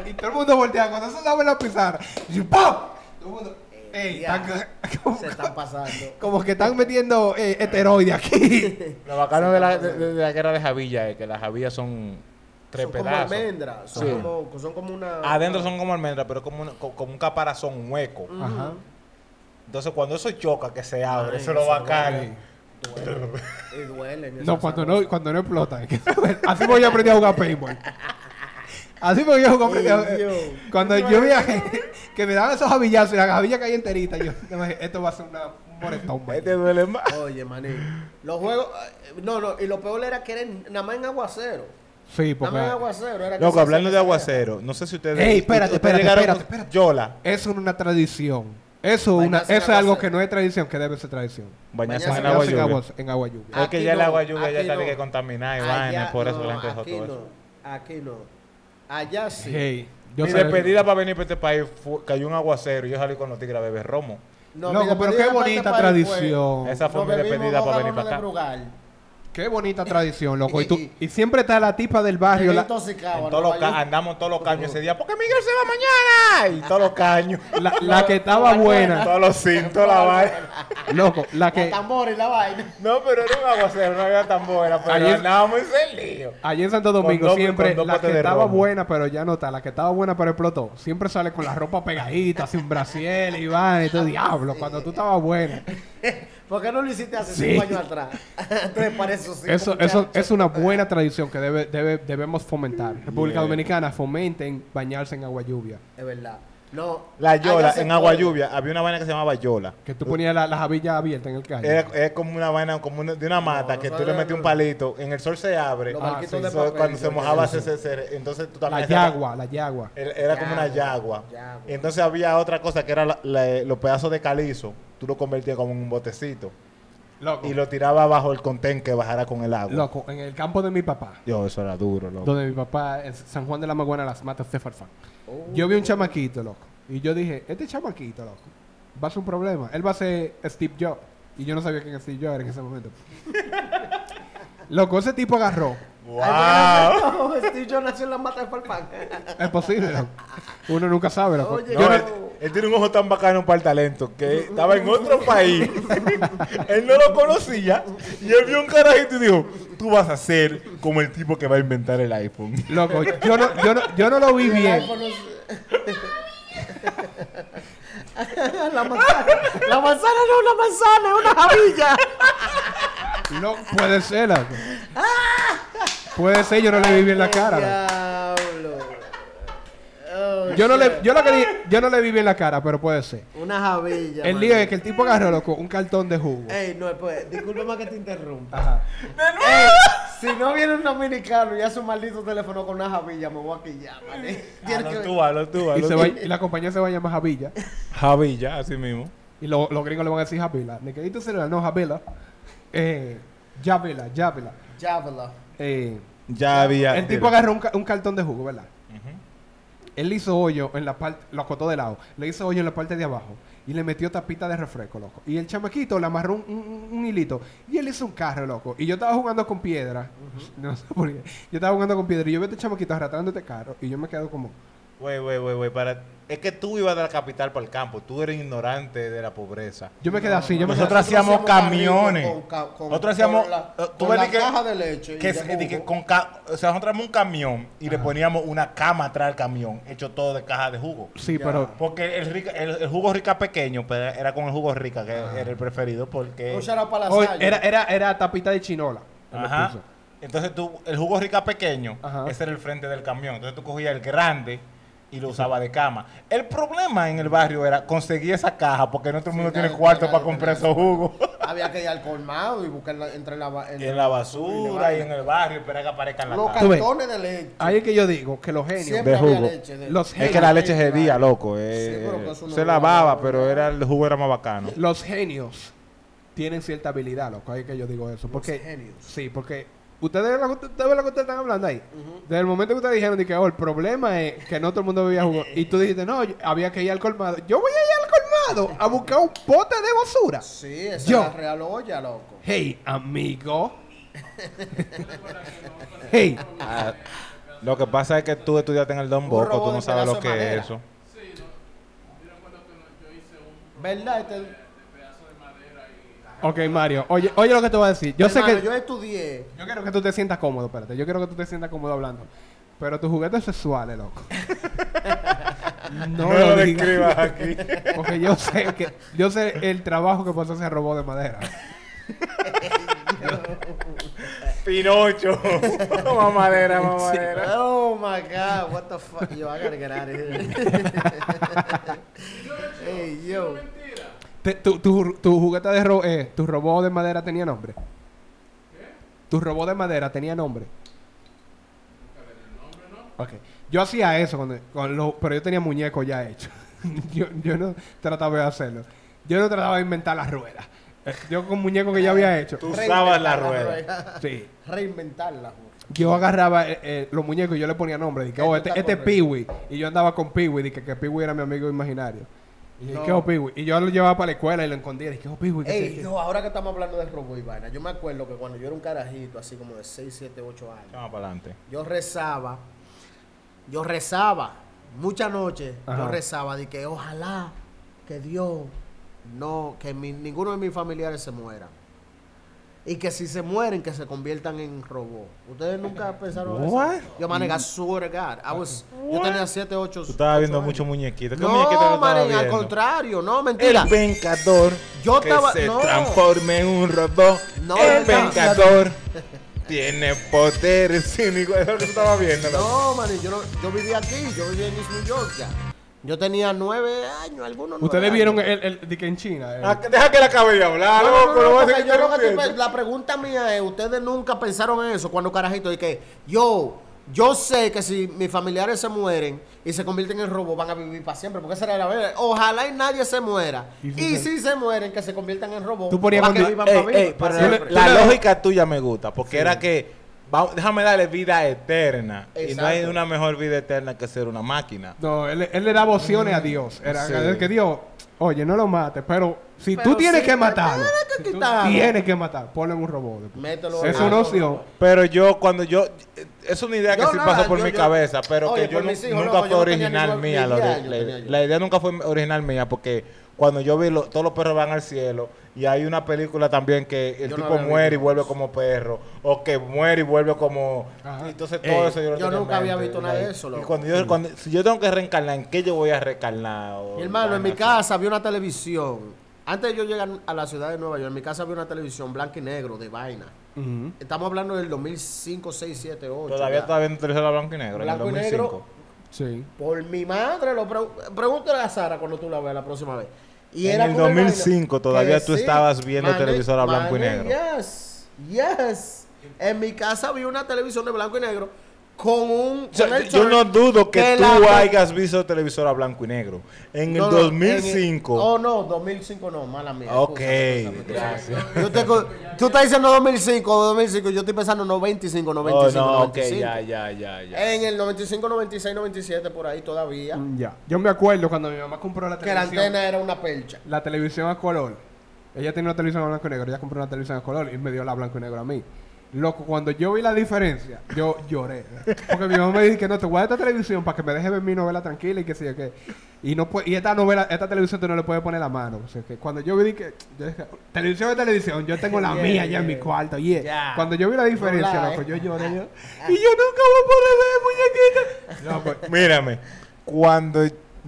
Speaker 2: Y todo el mundo volteaba, cuando se daba en la pizarra, y ¡pam! Todo el mundo, ey,
Speaker 6: Eh, Ya.
Speaker 2: están- como,
Speaker 6: Se están pasando.
Speaker 2: como que están metiendo eh, esteroides aquí.
Speaker 5: Lo bacano de la, de- de- de la guerra de Javilla es que las Javillas son tres
Speaker 6: son como
Speaker 5: pedazos.
Speaker 6: almendras. Son,
Speaker 5: Sí.
Speaker 6: como, son como una.
Speaker 5: Adentro son como almendras, pero como, una- co- como un caparazón hueco.
Speaker 2: Ajá.
Speaker 5: Entonces, cuando eso choca, que se abre,
Speaker 6: Ay,
Speaker 5: eso es lo
Speaker 6: eso
Speaker 5: bacano.
Speaker 2: Sí.
Speaker 6: Y duelen. esas
Speaker 2: No, cuando
Speaker 6: cosas.
Speaker 2: no, cuando no explotan. Así voy a aprender a jugar paintball. Así porque yo comprendí.
Speaker 6: Oye, Dios.
Speaker 2: Cuando yo viajé, que me daban esos jabillazos y la jabilla caía enterita, yo yo dije, esto va a ser una, un moretón. man".
Speaker 5: Este duele más.
Speaker 6: Oye, maní. Los juegos. eh, No, no, y lo peor era que eran nada más en aguacero.
Speaker 2: Sí,
Speaker 6: Nada
Speaker 2: porque
Speaker 6: más en aguacero. Era que
Speaker 5: Loco,
Speaker 6: se-
Speaker 5: hablando
Speaker 6: se-
Speaker 5: de aguacero, no sé si ustedes.
Speaker 2: Ey, espérate,
Speaker 5: ustedes
Speaker 2: espérate,
Speaker 5: llegaron
Speaker 2: espérate,
Speaker 5: con
Speaker 2: espérate.
Speaker 5: Yola,
Speaker 2: eso es una tradición. Eso, es una,
Speaker 6: Bañarse en
Speaker 2: eso es algo
Speaker 6: aguacero.
Speaker 2: que no es tradición, que debe ser tradición.
Speaker 5: bañarse
Speaker 6: Bañarse
Speaker 5: en agua
Speaker 2: Bañarse en
Speaker 5: lluvia.
Speaker 2: agua, en agua lluvia.
Speaker 6: Ah,
Speaker 5: Es que
Speaker 6: Aquí
Speaker 5: ya el
Speaker 6: no,
Speaker 5: agua lluvia ya
Speaker 6: aquí
Speaker 5: está de
Speaker 6: no.
Speaker 5: que contaminada y vaina,
Speaker 6: Allá,
Speaker 5: y por eso
Speaker 6: no,
Speaker 5: la gente dejó
Speaker 6: aquí
Speaker 5: todo
Speaker 6: no,
Speaker 5: eso.
Speaker 6: Aquí no. Allá sí.
Speaker 2: Hey,
Speaker 5: Mi
Speaker 2: salí-
Speaker 5: despedida para venir para este país fue- cayó un aguacero y yo salí con los tigres a beber romo.
Speaker 6: No,
Speaker 2: Loco,
Speaker 6: mira,
Speaker 2: pero
Speaker 6: pedí
Speaker 2: qué
Speaker 6: la parte
Speaker 2: bonita
Speaker 6: para el
Speaker 2: tradición.
Speaker 5: Esa fue
Speaker 6: Nos
Speaker 5: mi
Speaker 6: bebimos
Speaker 5: despedida
Speaker 6: dos
Speaker 5: para
Speaker 6: galones
Speaker 5: venir para
Speaker 6: de
Speaker 5: acá.
Speaker 6: Brugal.
Speaker 2: Qué bonita tradición, loco. Y, tú-
Speaker 6: Y-
Speaker 2: y siempre está la tipa del barrio.
Speaker 6: Bien
Speaker 2: Ah, la-
Speaker 6: intoxicado,
Speaker 5: En
Speaker 6: ¿no?
Speaker 5: todos los ca-
Speaker 6: Vaya-
Speaker 5: andamos en todos los caños ese día, porque Miguel se va mañana. Y todos los caños.
Speaker 2: La, la que estaba buena,
Speaker 5: todos los cintos, toda la vaina.
Speaker 2: loco, la que
Speaker 6: Los tambores y la vaina.
Speaker 5: No, pero era un aguacero, no había tan buena, pero
Speaker 2: Ayer-
Speaker 5: andábamos en lío.
Speaker 2: allí en Santo
Speaker 5: Con
Speaker 2: Domingo
Speaker 5: dos-
Speaker 2: siempre
Speaker 5: con dos
Speaker 2: la
Speaker 5: potes
Speaker 2: que
Speaker 5: de
Speaker 2: estaba
Speaker 5: romo.
Speaker 2: buena, pero ya no está, la que estaba buena pero explotó. Siempre sale con la ropa pegadita, sin brasier y vaina y todo diablo, cuando tú estabas buena.
Speaker 6: ¿Por qué no lo hiciste hace
Speaker 2: Sí.
Speaker 6: cinco años atrás? Entonces, para eso sí.
Speaker 2: Eso eso es una buena tradición que debe, debe- debemos fomentar. República Dominicana fomenten bañarse en agua lluvia.
Speaker 6: Es verdad. No.
Speaker 5: La yola,
Speaker 6: allá se
Speaker 5: en agua
Speaker 6: puede.
Speaker 5: lluvia, había una vaina que se llamaba yola.
Speaker 2: Que tú ponías la, la jabilla abierta en el calle.
Speaker 5: Es, es como una vaina como una- de una mata
Speaker 6: no
Speaker 5: que tú
Speaker 6: sabe,
Speaker 5: le metes un
Speaker 6: no.
Speaker 5: palito, en el sol se abre.
Speaker 6: Los
Speaker 2: Ah,
Speaker 6: barquitos
Speaker 2: sí.
Speaker 6: de
Speaker 5: Eso,
Speaker 6: papel,
Speaker 5: cuando
Speaker 6: yo-
Speaker 5: se mojaba,
Speaker 6: yo-
Speaker 5: se, se- se- entonces tú
Speaker 2: la
Speaker 5: también sacas-
Speaker 2: yagua, la yagua.
Speaker 5: Era era como una
Speaker 6: Yagua,
Speaker 5: yagua.
Speaker 6: yagua.
Speaker 5: Entonces había otra cosa que era la- la- los pedazos de calizo. Tú lo convertías como en un botecito.
Speaker 2: Loco,
Speaker 5: Y lo tirabas bajo el contén que bajara con el agua.
Speaker 2: loco, en el campo de mi papá.
Speaker 5: Dios, eso era duro, loco.
Speaker 2: donde mi papá, en San Juan de la Maguana, las matas de Farfán. Yo vi un chamaquito, loco. Y yo dije, este chamaquito, loco, va a ser un problema. Él va a ser Steve Jobs. Y yo no sabía quién Steve Jobs era en ese momento. loco, ese tipo agarró.
Speaker 6: Ay,
Speaker 5: ¡Wow!
Speaker 6: pero no, Steve Jobs nació en la mata de Farfán.
Speaker 2: Es posible, loco. Uno nunca sabe, loco.
Speaker 6: Oye,
Speaker 5: No,
Speaker 2: Yo
Speaker 5: él, él tiene un ojo tan bacano para el talento que estaba en otro país. él no lo conocía. Y él vio un carajito y dijo: Tú vas a ser como el tipo que va a inventar el iPhone.
Speaker 2: Loco, yo no, yo, no, yo no lo vi
Speaker 6: El
Speaker 2: bien.
Speaker 6: iPhone es- la manzana. La manzana no es una manzana, es una jabilla.
Speaker 2: No, puede ser, loco. Puede ser, yo no le vi bien la cara, loco.
Speaker 6: Diablo. Oh,
Speaker 2: Yo no, le,
Speaker 6: shit.
Speaker 2: yo, lo que di- yo no le vi bien la cara, pero puede ser.
Speaker 6: Una jabilla.
Speaker 2: El lío es que el tipo agarró, loco, un cartón de jugo.
Speaker 6: Ey, no, pues, discúlpame que te interrumpa.
Speaker 2: Ajá.
Speaker 6: Ey, si no viene un dominicano y hace un maldito teléfono con una jabilla, me voy a quillar, ¿vale?
Speaker 2: Ah,
Speaker 6: Tienes que-
Speaker 5: Hazlo tú, hazlo tú,
Speaker 2: Y,
Speaker 5: hazlo
Speaker 2: se
Speaker 5: tú.
Speaker 2: va- y la compañía se va a llamar Javilla.
Speaker 5: Javilla, así mismo.
Speaker 2: Y lo- los gringos le van a decir Javila. Niquelito celular, no Javila. Eh, Javila, Javila.
Speaker 6: Llávala.
Speaker 2: Eh,
Speaker 5: Ya había.
Speaker 2: el tipo agarró un, ca- un cartón de jugo, ¿verdad? Él hizo hoyo en la parte, lo acotó de lado, le hizo hoyo en la parte de abajo y le metió tapita de refresco, loco. Y el chamaquito le amarró un, un- un- un hilito y él hizo un carro, loco. Y yo estaba jugando con piedra, no sé por qué. Yo estaba jugando con piedra y yo veo a este chamaquito arrastrando este carro y yo me quedo como,
Speaker 5: Güey, güey, güey, güey. Para... Es que tú ibas de la capital para el campo. Tú eres ignorante de la pobreza.
Speaker 2: yo me quedé así, yo me quedé
Speaker 5: Nosotros hacíamos camiones.
Speaker 6: con ca- con-
Speaker 5: Nosotros hacíamos.
Speaker 6: con la-
Speaker 5: eh, tú
Speaker 6: con
Speaker 5: ves
Speaker 6: la
Speaker 5: di que-
Speaker 6: caja de leche y de
Speaker 5: que se- di que
Speaker 6: jugo.
Speaker 5: con ca- o sea, nosotros traíamos un camión y le poníamos una cama atrás del camión, hecho todo de caja de jugo.
Speaker 2: Sí, pero
Speaker 5: Porque el, rica- el, el jugo rica pequeño, pero era con el jugo rica que
Speaker 6: Ah.
Speaker 5: era el preferido porque.
Speaker 6: Un shout-out para la
Speaker 2: Hoy
Speaker 6: Sayo.
Speaker 2: Eh, era, era, era tapita de chinola. en los
Speaker 5: Ajá.
Speaker 2: pisos.
Speaker 5: Entonces tú, el jugo rica pequeño,
Speaker 2: Ajá.
Speaker 5: ese era el frente del camión. Entonces tú cogías el grande y lo usabas de cama. El problema en el barrio era conseguir esa caja porque no todo el mundo tiene
Speaker 6: nadie-
Speaker 5: cuarto
Speaker 6: nadie
Speaker 5: para
Speaker 6: tenía
Speaker 5: comprar
Speaker 6: eso.
Speaker 5: esos jugos.
Speaker 6: Había que ir al colmado y buscar la- entre la ba- entre
Speaker 5: en la
Speaker 6: la-
Speaker 5: basura y en el barrio, espera que aparezcan las
Speaker 6: Los
Speaker 5: cajas.
Speaker 2: Tú ves.
Speaker 6: cartones de leche.
Speaker 2: Ahí es que yo digo que los genios.
Speaker 6: Siempre
Speaker 5: de
Speaker 6: había
Speaker 5: jugo.
Speaker 6: leche. de-
Speaker 2: Los
Speaker 5: Es que la leche
Speaker 6: Claro.
Speaker 5: hedía, loco.
Speaker 6: Sí,
Speaker 5: eh,
Speaker 6: pero que eso no
Speaker 5: se
Speaker 6: lo
Speaker 5: lavaba,
Speaker 6: lavaba,
Speaker 5: pero era, el jugo era más bacano.
Speaker 2: Los genios tienen cierta habilidad, loco. Ahí es que yo digo eso. Porque,
Speaker 6: genios.
Speaker 2: Sí, porque ustedes ven lo que ustedes ven lo que ustedes están hablando ahí. Desde el momento que ustedes dijeron de que oh, el problema es que no todo el mundo bebía jugo. y tú dijiste, no, yo- había que ir al colmado. Yo voy a ir al colmado a buscar un pote de basura.
Speaker 6: Sí, esa
Speaker 2: Yo.
Speaker 6: es la real olla, loco.
Speaker 2: Hey, amigo. hey.
Speaker 5: Lo que pasa es que tú estudiaste en el Don Bosco,
Speaker 6: robot
Speaker 5: tú no
Speaker 6: de
Speaker 5: sabes lo
Speaker 6: pedazo
Speaker 5: que
Speaker 6: de madera.
Speaker 5: es eso.
Speaker 6: ¿Verdad? Este-
Speaker 2: Ok, Mario. Oye, oye lo que te voy a decir. Yo sé
Speaker 6: Hermano,
Speaker 2: que...
Speaker 6: yo estudié.
Speaker 2: Yo quiero que tú te sientas cómodo, espérate. Yo quiero que tú te sientas cómodo hablando. Pero tus juguetes sexuales, loco. no, lo digas.
Speaker 5: describas aquí.
Speaker 2: Porque yo sé que yo sé el trabajo que pasó ese robot de madera.
Speaker 5: Pinocho.
Speaker 1: mamadera, mamadera.
Speaker 6: Oh my God, what the fuck? Yo, I gotta get out of here. hey, yo.
Speaker 2: Te- tu, tu, tu juguete de ro eh, tu robot de madera tenía nombre. ¿Qué? Tu robot de madera tenía nombre. Ok. Yo hacía eso, cuando, con lo- pero yo tenía muñeco ya hecho. yo, yo no trataba de hacerlo. Yo no trataba de inventar las ruedas. Eh, Yo con muñeco que ya había hecho.
Speaker 5: Tú usabas la
Speaker 6: Reinventar
Speaker 5: rueda.
Speaker 2: Sí.
Speaker 6: Reinventarla, güey.
Speaker 2: Yo agarraba eh, eh, los muñecos y yo le ponía nombre. Dije,
Speaker 6: ¿Qué tú
Speaker 2: oh, este,
Speaker 6: estás
Speaker 2: este es
Speaker 6: corriendo?
Speaker 2: Peewee. Y yo andaba con Peewee. Dije que Peewee era mi amigo imaginario. Y dije, ¿qué es Peewee? Y yo lo llevaba para la escuela y lo escondía. Dije, oh, Peewee. ¿qué sé
Speaker 6: Ey,
Speaker 2: yo?".
Speaker 6: yo, ahora que estamos hablando de robot y vaina, yo me acuerdo que cuando yo era un carajito, así como de 6, 7, 8 años,
Speaker 5: Vamos para adelante.
Speaker 6: yo rezaba, yo rezaba, muchas noches, yo
Speaker 2: Ajá.
Speaker 6: rezaba de que ojalá que Dios no, que mi- ninguno de mis familiares se muera. Y que si se mueren, que se conviertan en robot. Ustedes nunca pensaron en
Speaker 1: What?
Speaker 6: eso. Yo manega swear to God. I was- yo tenía 7, 8
Speaker 5: Tú estabas viendo muchos muñequitos. ¿Qué muñequito
Speaker 6: No,
Speaker 5: no estabas
Speaker 6: mané, al
Speaker 5: viendo?
Speaker 6: contrario, no,
Speaker 1: El
Speaker 6: mentira.
Speaker 1: Vengador.
Speaker 6: Yo
Speaker 1: que
Speaker 6: estaba-
Speaker 1: se
Speaker 6: no.
Speaker 1: transforme en un robot.
Speaker 6: No,
Speaker 1: el
Speaker 6: no, no.
Speaker 1: Vengador. Tiene poderes sin igual. Eso es lo que tú estabas viendo. loco.
Speaker 6: No, man, yo, no- yo vivía aquí, yo vivía en East New York ya. Yo tenía nueve años, algunos nueve
Speaker 2: Ustedes
Speaker 6: años.
Speaker 2: vieron el, el- de que en China. el-
Speaker 1: Ah, que- Deja que la acabe de hablar,
Speaker 6: No,
Speaker 1: loco.
Speaker 6: no, no,
Speaker 1: lo
Speaker 6: no,
Speaker 1: voy a
Speaker 6: porque
Speaker 1: seguir
Speaker 6: yo lo que estoy pe-
Speaker 1: interrumpiendo.
Speaker 6: la pregunta mía es, ¿ustedes nunca pensaron en eso cuando carajito? Y que yo, yo sé que si mis familiares se mueren y se convierten en robots van a vivir para siempre, porque esa era la verdad. Ojalá y nadie se muera.
Speaker 2: Y
Speaker 6: Y
Speaker 2: si
Speaker 6: si,
Speaker 2: se-
Speaker 6: se... mueren, que se conviertan en robots
Speaker 2: Tú ponías
Speaker 6: para que
Speaker 2: cuando-
Speaker 6: vivan
Speaker 5: Ey,
Speaker 6: para vivir,
Speaker 5: ey,
Speaker 6: para
Speaker 5: pero
Speaker 6: siempre.
Speaker 5: la,
Speaker 2: Tú le-
Speaker 5: lógica tuya me gusta, porque era que va- déjame darle vida eterna. Y no hay
Speaker 6: Exacto.
Speaker 5: una mejor vida eterna que ser una máquina.
Speaker 2: No, él, él le daba opciones
Speaker 6: Mm,
Speaker 2: a Dios. Era
Speaker 5: Sí.
Speaker 2: el que Dios, oye, no lo mates, pero si
Speaker 6: Pero
Speaker 2: tú tienes
Speaker 6: sí,
Speaker 2: que
Speaker 6: pero
Speaker 2: matarlo,
Speaker 6: tienes que
Speaker 2: si tú
Speaker 6: quitarlo.
Speaker 2: tienes que matar, ponlo en un robot. después.
Speaker 6: Mételo
Speaker 2: es
Speaker 6: a-
Speaker 2: una
Speaker 6: a-
Speaker 2: opción.
Speaker 5: Pero yo, cuando yo. eh, Es una idea que
Speaker 6: Yo
Speaker 5: sí
Speaker 6: nada,
Speaker 5: pasó por
Speaker 6: yo-
Speaker 5: mi
Speaker 6: yo-
Speaker 5: cabeza, pero
Speaker 6: Oye,
Speaker 5: que yo
Speaker 6: por
Speaker 5: nu-
Speaker 6: mis hijos,
Speaker 5: nunca
Speaker 6: loco, yo
Speaker 5: fue
Speaker 6: no tenía ni
Speaker 5: original
Speaker 6: nueve-
Speaker 5: mía.
Speaker 6: ni
Speaker 5: la,
Speaker 6: diez
Speaker 5: ori-
Speaker 6: años
Speaker 5: la-
Speaker 6: tenía yo.
Speaker 5: la idea nunca fue original mía, porque cuando yo vi lo- todos los perros van al cielo, y hay una película también que el
Speaker 6: Yo no
Speaker 5: tipo
Speaker 6: había
Speaker 5: muere y
Speaker 6: visto
Speaker 5: vuelve
Speaker 6: eso.
Speaker 5: como perro, o que muere y vuelve como.
Speaker 2: Ajá.
Speaker 5: Entonces todo
Speaker 6: Ey,
Speaker 5: eso yo lo
Speaker 6: Eh, yo
Speaker 5: tenía en
Speaker 6: nunca había
Speaker 5: mente,
Speaker 6: visto nada de
Speaker 5: like,
Speaker 6: eso,
Speaker 5: Y
Speaker 6: loco.
Speaker 5: cuando yo, cuando, si yo tengo que reencarnar, ¿en qué yo voy a reencarnar? O
Speaker 6: Mi hermano, en mi
Speaker 5: vainas así.
Speaker 6: casa había una televisión. Antes de yo llegar a la ciudad de Nueva York, en mi casa había una televisión blanca y negro de vaina.
Speaker 2: Ujú.
Speaker 6: Estamos hablando del 2005, 6, 7, 8.
Speaker 5: Todavía
Speaker 6: ya.
Speaker 5: está viendo televisora blanco y negro.
Speaker 6: Blanco y
Speaker 5: en el
Speaker 6: negro.
Speaker 5: 2005.
Speaker 2: Sí.
Speaker 6: Por mi madre, lo pre- pregúntale a Sara cuando tú la veas la próxima vez. Y
Speaker 5: En
Speaker 6: era
Speaker 5: el
Speaker 6: con una vaina
Speaker 5: 2005 todavía tú estabas viendo televisora blanco y negro.
Speaker 6: Yes, yes. En mi casa había una televisión de blanco y negro con un.
Speaker 5: O sea,
Speaker 6: con el
Speaker 5: yo
Speaker 6: turn
Speaker 5: no dudo que,
Speaker 6: de
Speaker 5: tú
Speaker 6: la-
Speaker 5: hayas visto televisora blanco y negro. En
Speaker 6: No,
Speaker 5: el
Speaker 6: no,
Speaker 5: 2005.
Speaker 6: en el- oh, no, 2005 no, mala mía.
Speaker 5: ok,
Speaker 6: escúchame, escúchame.
Speaker 5: gracias.
Speaker 6: Yo te co- tú estás diciendo 2005, 2005, yo estoy pensando 95, 95,
Speaker 5: oh, no, ok,
Speaker 6: 95.
Speaker 5: ya, ya, ya, ya.
Speaker 6: En el 95, 96, 97, por ahí todavía,
Speaker 2: Mm, Ya. Yo me acuerdo cuando mi mamá compró la
Speaker 6: que la
Speaker 2: televisión.
Speaker 6: antena era una percha.
Speaker 2: la televisión a color. Ella tenía una televisión a blanco y negro, ella compró una televisión a color y me dio la blanco y negro a mí. Loco, cuando yo vi la diferencia, yo lloré. Porque mi mamá me dijo que no, te voy a dar esta televisión para que me deje ver mi novela tranquila y que sé yo qué. Y, no pue- y esta novela, esta televisión tú no le puedes poner la mano. O sea, que cuando yo vi que, yo dije, televisión es televisión, yo tengo la
Speaker 6: Yeah,
Speaker 2: mía ya en mi
Speaker 6: yeah.
Speaker 2: cuarto. Yeah.
Speaker 6: Ya.
Speaker 2: Cuando yo vi la diferencia,
Speaker 6: Doblada,
Speaker 2: loco,
Speaker 6: eh.
Speaker 2: yo lloré. yo, y yo nunca voy a poder ver, muñequita. Loco,
Speaker 5: pues, Mírame, cuando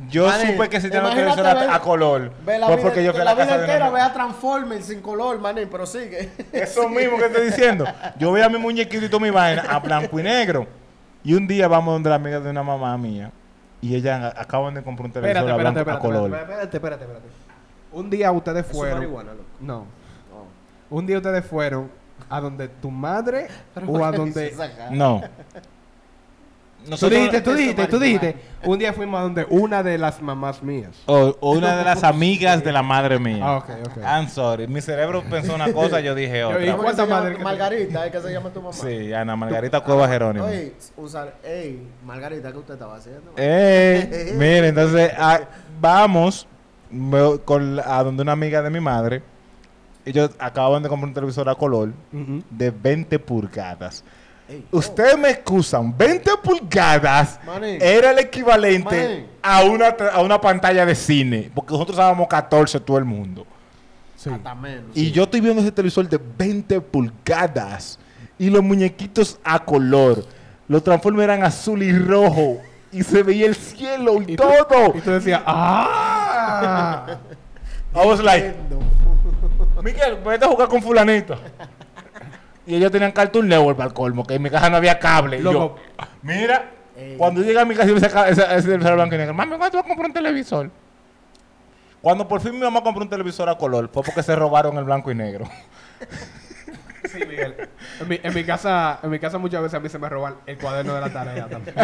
Speaker 5: yo
Speaker 6: Vale,
Speaker 5: supe que existía una
Speaker 6: imagínate
Speaker 5: televisora
Speaker 6: ver-
Speaker 5: a color,
Speaker 6: Ve la
Speaker 5: fue
Speaker 6: vida,
Speaker 5: Pues porque yo fui a la,
Speaker 6: la vida
Speaker 5: casa de una
Speaker 6: entera,
Speaker 5: amiga.
Speaker 6: ve a Transformers sin color, mané, pero sigue.
Speaker 5: Eso mismo que estoy diciendo. Yo veía a mi muñequito y toda mi vaina a blanco y negro. Y un día vamos donde la amiga de una mamá mía. Y ella a- acaban de comprar un televisor
Speaker 2: espérate,
Speaker 5: a
Speaker 2: espérate,
Speaker 5: blanco
Speaker 2: espérate,
Speaker 5: a color.
Speaker 2: espérate, espérate, espérate, espérate. Un día ustedes
Speaker 6: es
Speaker 2: fueron.
Speaker 6: marihuana, loco.
Speaker 2: No. Un día ustedes fueron a donde tu madre
Speaker 6: Pero
Speaker 2: o a
Speaker 6: ¿por qué
Speaker 2: donde.
Speaker 6: dices acá?
Speaker 5: No.
Speaker 2: Tú dijiste, tú
Speaker 6: eso,
Speaker 2: dijiste, tú
Speaker 6: marihuana.
Speaker 2: dijiste. Un día fuimos a donde una de las mamás mías.
Speaker 5: O, o una de las amigas de la madre mía.
Speaker 2: Ah, ok, ok.
Speaker 5: I'm sorry. Mi cerebro pensó una cosa, yo dije
Speaker 2: ¿Y
Speaker 5: otra.
Speaker 6: ¿Cómo que
Speaker 2: cuánta
Speaker 6: se llama
Speaker 2: madre
Speaker 6: tu-
Speaker 2: que-
Speaker 6: Margarita, es que se llama tu mamá.
Speaker 5: Sí, Ana Margarita Cueva Jerónimo.
Speaker 6: Oye, un sal- ey, Margarita, ¿qué usted estaba haciendo?
Speaker 5: Eh, mire, entonces a- vamos me- con, la- a donde una amiga de mi madre. Ellos acaban de comprar un televisor a color.
Speaker 2: Ujú.
Speaker 5: de 20 pulgadas.
Speaker 6: Ey, oh.
Speaker 5: Ustedes me excusan, 20 pulgadas
Speaker 6: Manín.
Speaker 5: era el equivalente
Speaker 6: Manín.
Speaker 5: a una, tra- a una pantalla de cine, porque nosotros usábamos 14 todo el mundo.
Speaker 2: Sí.
Speaker 6: Hasta menos.
Speaker 5: Y yo estoy viendo ese televisor de 20 pulgadas y los muñequitos a color. Los transformes eran azul y rojo y se veía el cielo y,
Speaker 2: Y tú-
Speaker 5: todo.
Speaker 2: Y tú decías, ¡ah!
Speaker 5: I was like, Miguel, vete a jugar con fulanito. Y ellos tenían Cartoon Network para el colmo, que en mi casa no había cable. Y yo,
Speaker 2: Loco. Eh.
Speaker 5: mira,
Speaker 6: Ey.
Speaker 5: cuando llega a mi casa y me saca ese ese televisor blanco y negro, mami, ¿cuándo tú vas a comprar un televisor? Cuando por fin mi mamá compró un televisor a color, fue porque se robaron el blanco y negro.
Speaker 2: Sí, Miguel. En mi, en mi casa, en mi casa muchas veces a mí se me roban el cuaderno de la tarea también.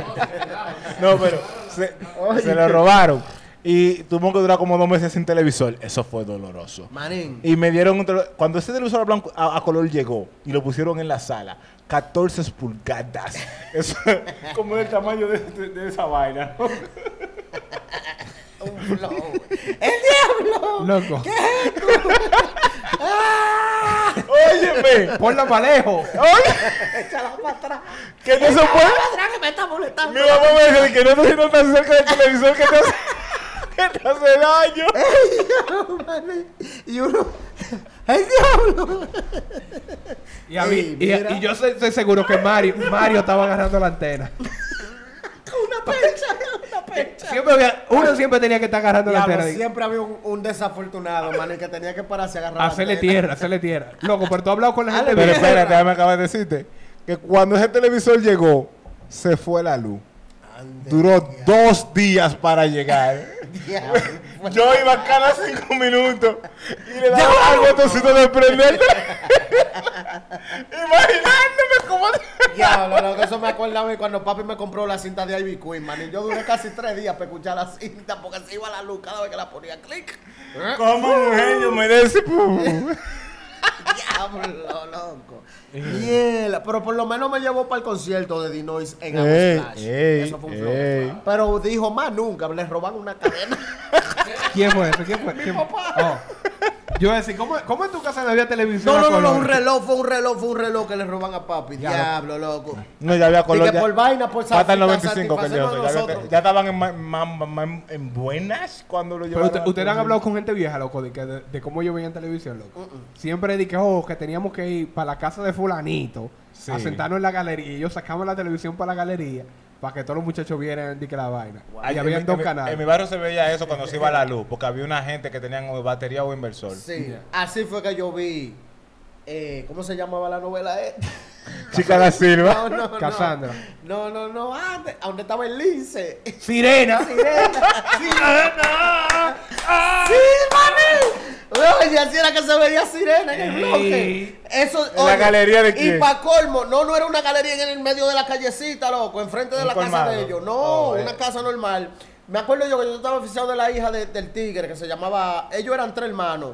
Speaker 5: No, pero se, se lo robaron. Y tuvo que durar como dos meses sin televisor. Eso fue doloroso.
Speaker 6: Manín.
Speaker 5: Y me dieron un tele- Cuando ese televisor blanco a, a color llegó y lo pusieron en la sala, 14 pulgadas. Eso como del tamaño de, de- de esa vaina.
Speaker 6: Un flow. ¡El diablo!
Speaker 2: Loco.
Speaker 5: Óyeme,
Speaker 2: Ponla para lejos.
Speaker 6: Échala para atrás.
Speaker 5: que no se
Speaker 6: Échala
Speaker 5: puede.
Speaker 6: para atrás que me está molestando.
Speaker 5: Mi mamá me dice que no te sientas tan cerca del televisor que te hace, que te hace daño.
Speaker 6: Manín. y uno. ¡El diablo!
Speaker 2: Y, a mí-
Speaker 6: Ey,
Speaker 2: y-
Speaker 6: mira.
Speaker 2: y yo estoy estoy seguro que Mario, Mario estaba agarrando la antena.
Speaker 6: Una percha, una percha.
Speaker 2: Siempre había- uno siempre tenía que estar agarrando la
Speaker 6: Diablo,
Speaker 2: antena. y-
Speaker 6: siempre había un, un desafortunado, mano, y que tenía que pararse a agarrar. la
Speaker 2: Hacerle
Speaker 6: antena.
Speaker 2: tierra, hacerle tierra. Loco, pero tú has hablado con la gente
Speaker 5: Pero
Speaker 2: bien.
Speaker 5: espérate, déjame acabar de decirte que cuando ese televisor llegó, se fue la luz.
Speaker 6: Ande,
Speaker 5: Duró dos días para llegar.
Speaker 6: diablo. pues,
Speaker 5: Yo iba cada cinco minutos y le daba al botoncito de prender. Imaginándome cómo.
Speaker 6: Diablo, lo que eso me acordaba de cuando papi me compró la cinta de Ivy Queen, man. Y yo duré casi tres días para escuchar la cinta porque se iba la luz cada vez que la ponía clic.
Speaker 5: ¿Cómo mujer yo me des-
Speaker 6: Diablo, loco.
Speaker 2: Eh.
Speaker 6: Miela. Pero por lo menos me llevó para el concierto de Dinois en Agua
Speaker 2: Eh,
Speaker 5: Ey,
Speaker 6: Splash.
Speaker 5: ey,
Speaker 6: Eso fue un
Speaker 5: ey.
Speaker 6: flow. Pero dijo más nunca, le roban una cadena.
Speaker 5: ah,
Speaker 2: ¿Quién fue eso? ¿Quién fue? ¿Quién- Oh. Yo iba a decir, ¿cómo, cómo en tu casa no había televisión? a
Speaker 6: No, no, no, no,
Speaker 2: color?
Speaker 6: un reloj, fue un reloj, fue un reloj que le roban a papi. Diablo, loco.
Speaker 5: No, ya había color.
Speaker 6: Dije,
Speaker 5: Ya,
Speaker 6: por vaina, por
Speaker 5: Hasta el
Speaker 6: satisfacernos
Speaker 5: 95 que llegó, ya, había-
Speaker 6: nosotros.
Speaker 5: ya estaban en, ma- ma- ma- en buenas cuando lo
Speaker 2: Pero
Speaker 5: llevaron.
Speaker 2: usted-
Speaker 5: a-
Speaker 2: ustedes han hablado con gente vieja, loco, de, que- de- de cómo yo veía en televisión, loco.
Speaker 5: Mm,
Speaker 2: Siempre dije, oh, que teníamos que ir para la casa de fulanito,
Speaker 5: Sí.
Speaker 2: a sentarnos en la galería. Y ellos sacaban la televisión para la galería, para que todos los muchachos vieran de que la vaina.
Speaker 5: Ay,
Speaker 2: y
Speaker 5: en
Speaker 2: habían
Speaker 5: mi-
Speaker 2: dos
Speaker 5: en mi-
Speaker 2: canales.
Speaker 5: En mi barrio se veía eso cuando se iba la luz, porque había una gente que tenían o batería o inversor.
Speaker 6: Sí, así fue que yo vi. eh, ¿Cómo se llamaba la novela esta?
Speaker 5: Chica da Silva.
Speaker 6: No, no, no.
Speaker 2: Cassandra.
Speaker 6: No, no, no. Antes, ¿a dónde estaba el lince?
Speaker 2: ¡Sirena!
Speaker 6: ¡Sí, mami! Oye, así era que se veía sirena en el bloque. Eso,
Speaker 5: ¿En la galería de quién?
Speaker 6: Y pa' colmo, no, no era una galería en el medio de la callecita, loco, enfrente de
Speaker 5: Un
Speaker 6: la casa
Speaker 5: colmado.
Speaker 6: de ellos. No,
Speaker 5: Oh, eh.
Speaker 6: una casa normal. Me acuerdo yo que yo estaba oficiado de la hija de- del tigre, que se llamaba... Ellos eran tres hermanos.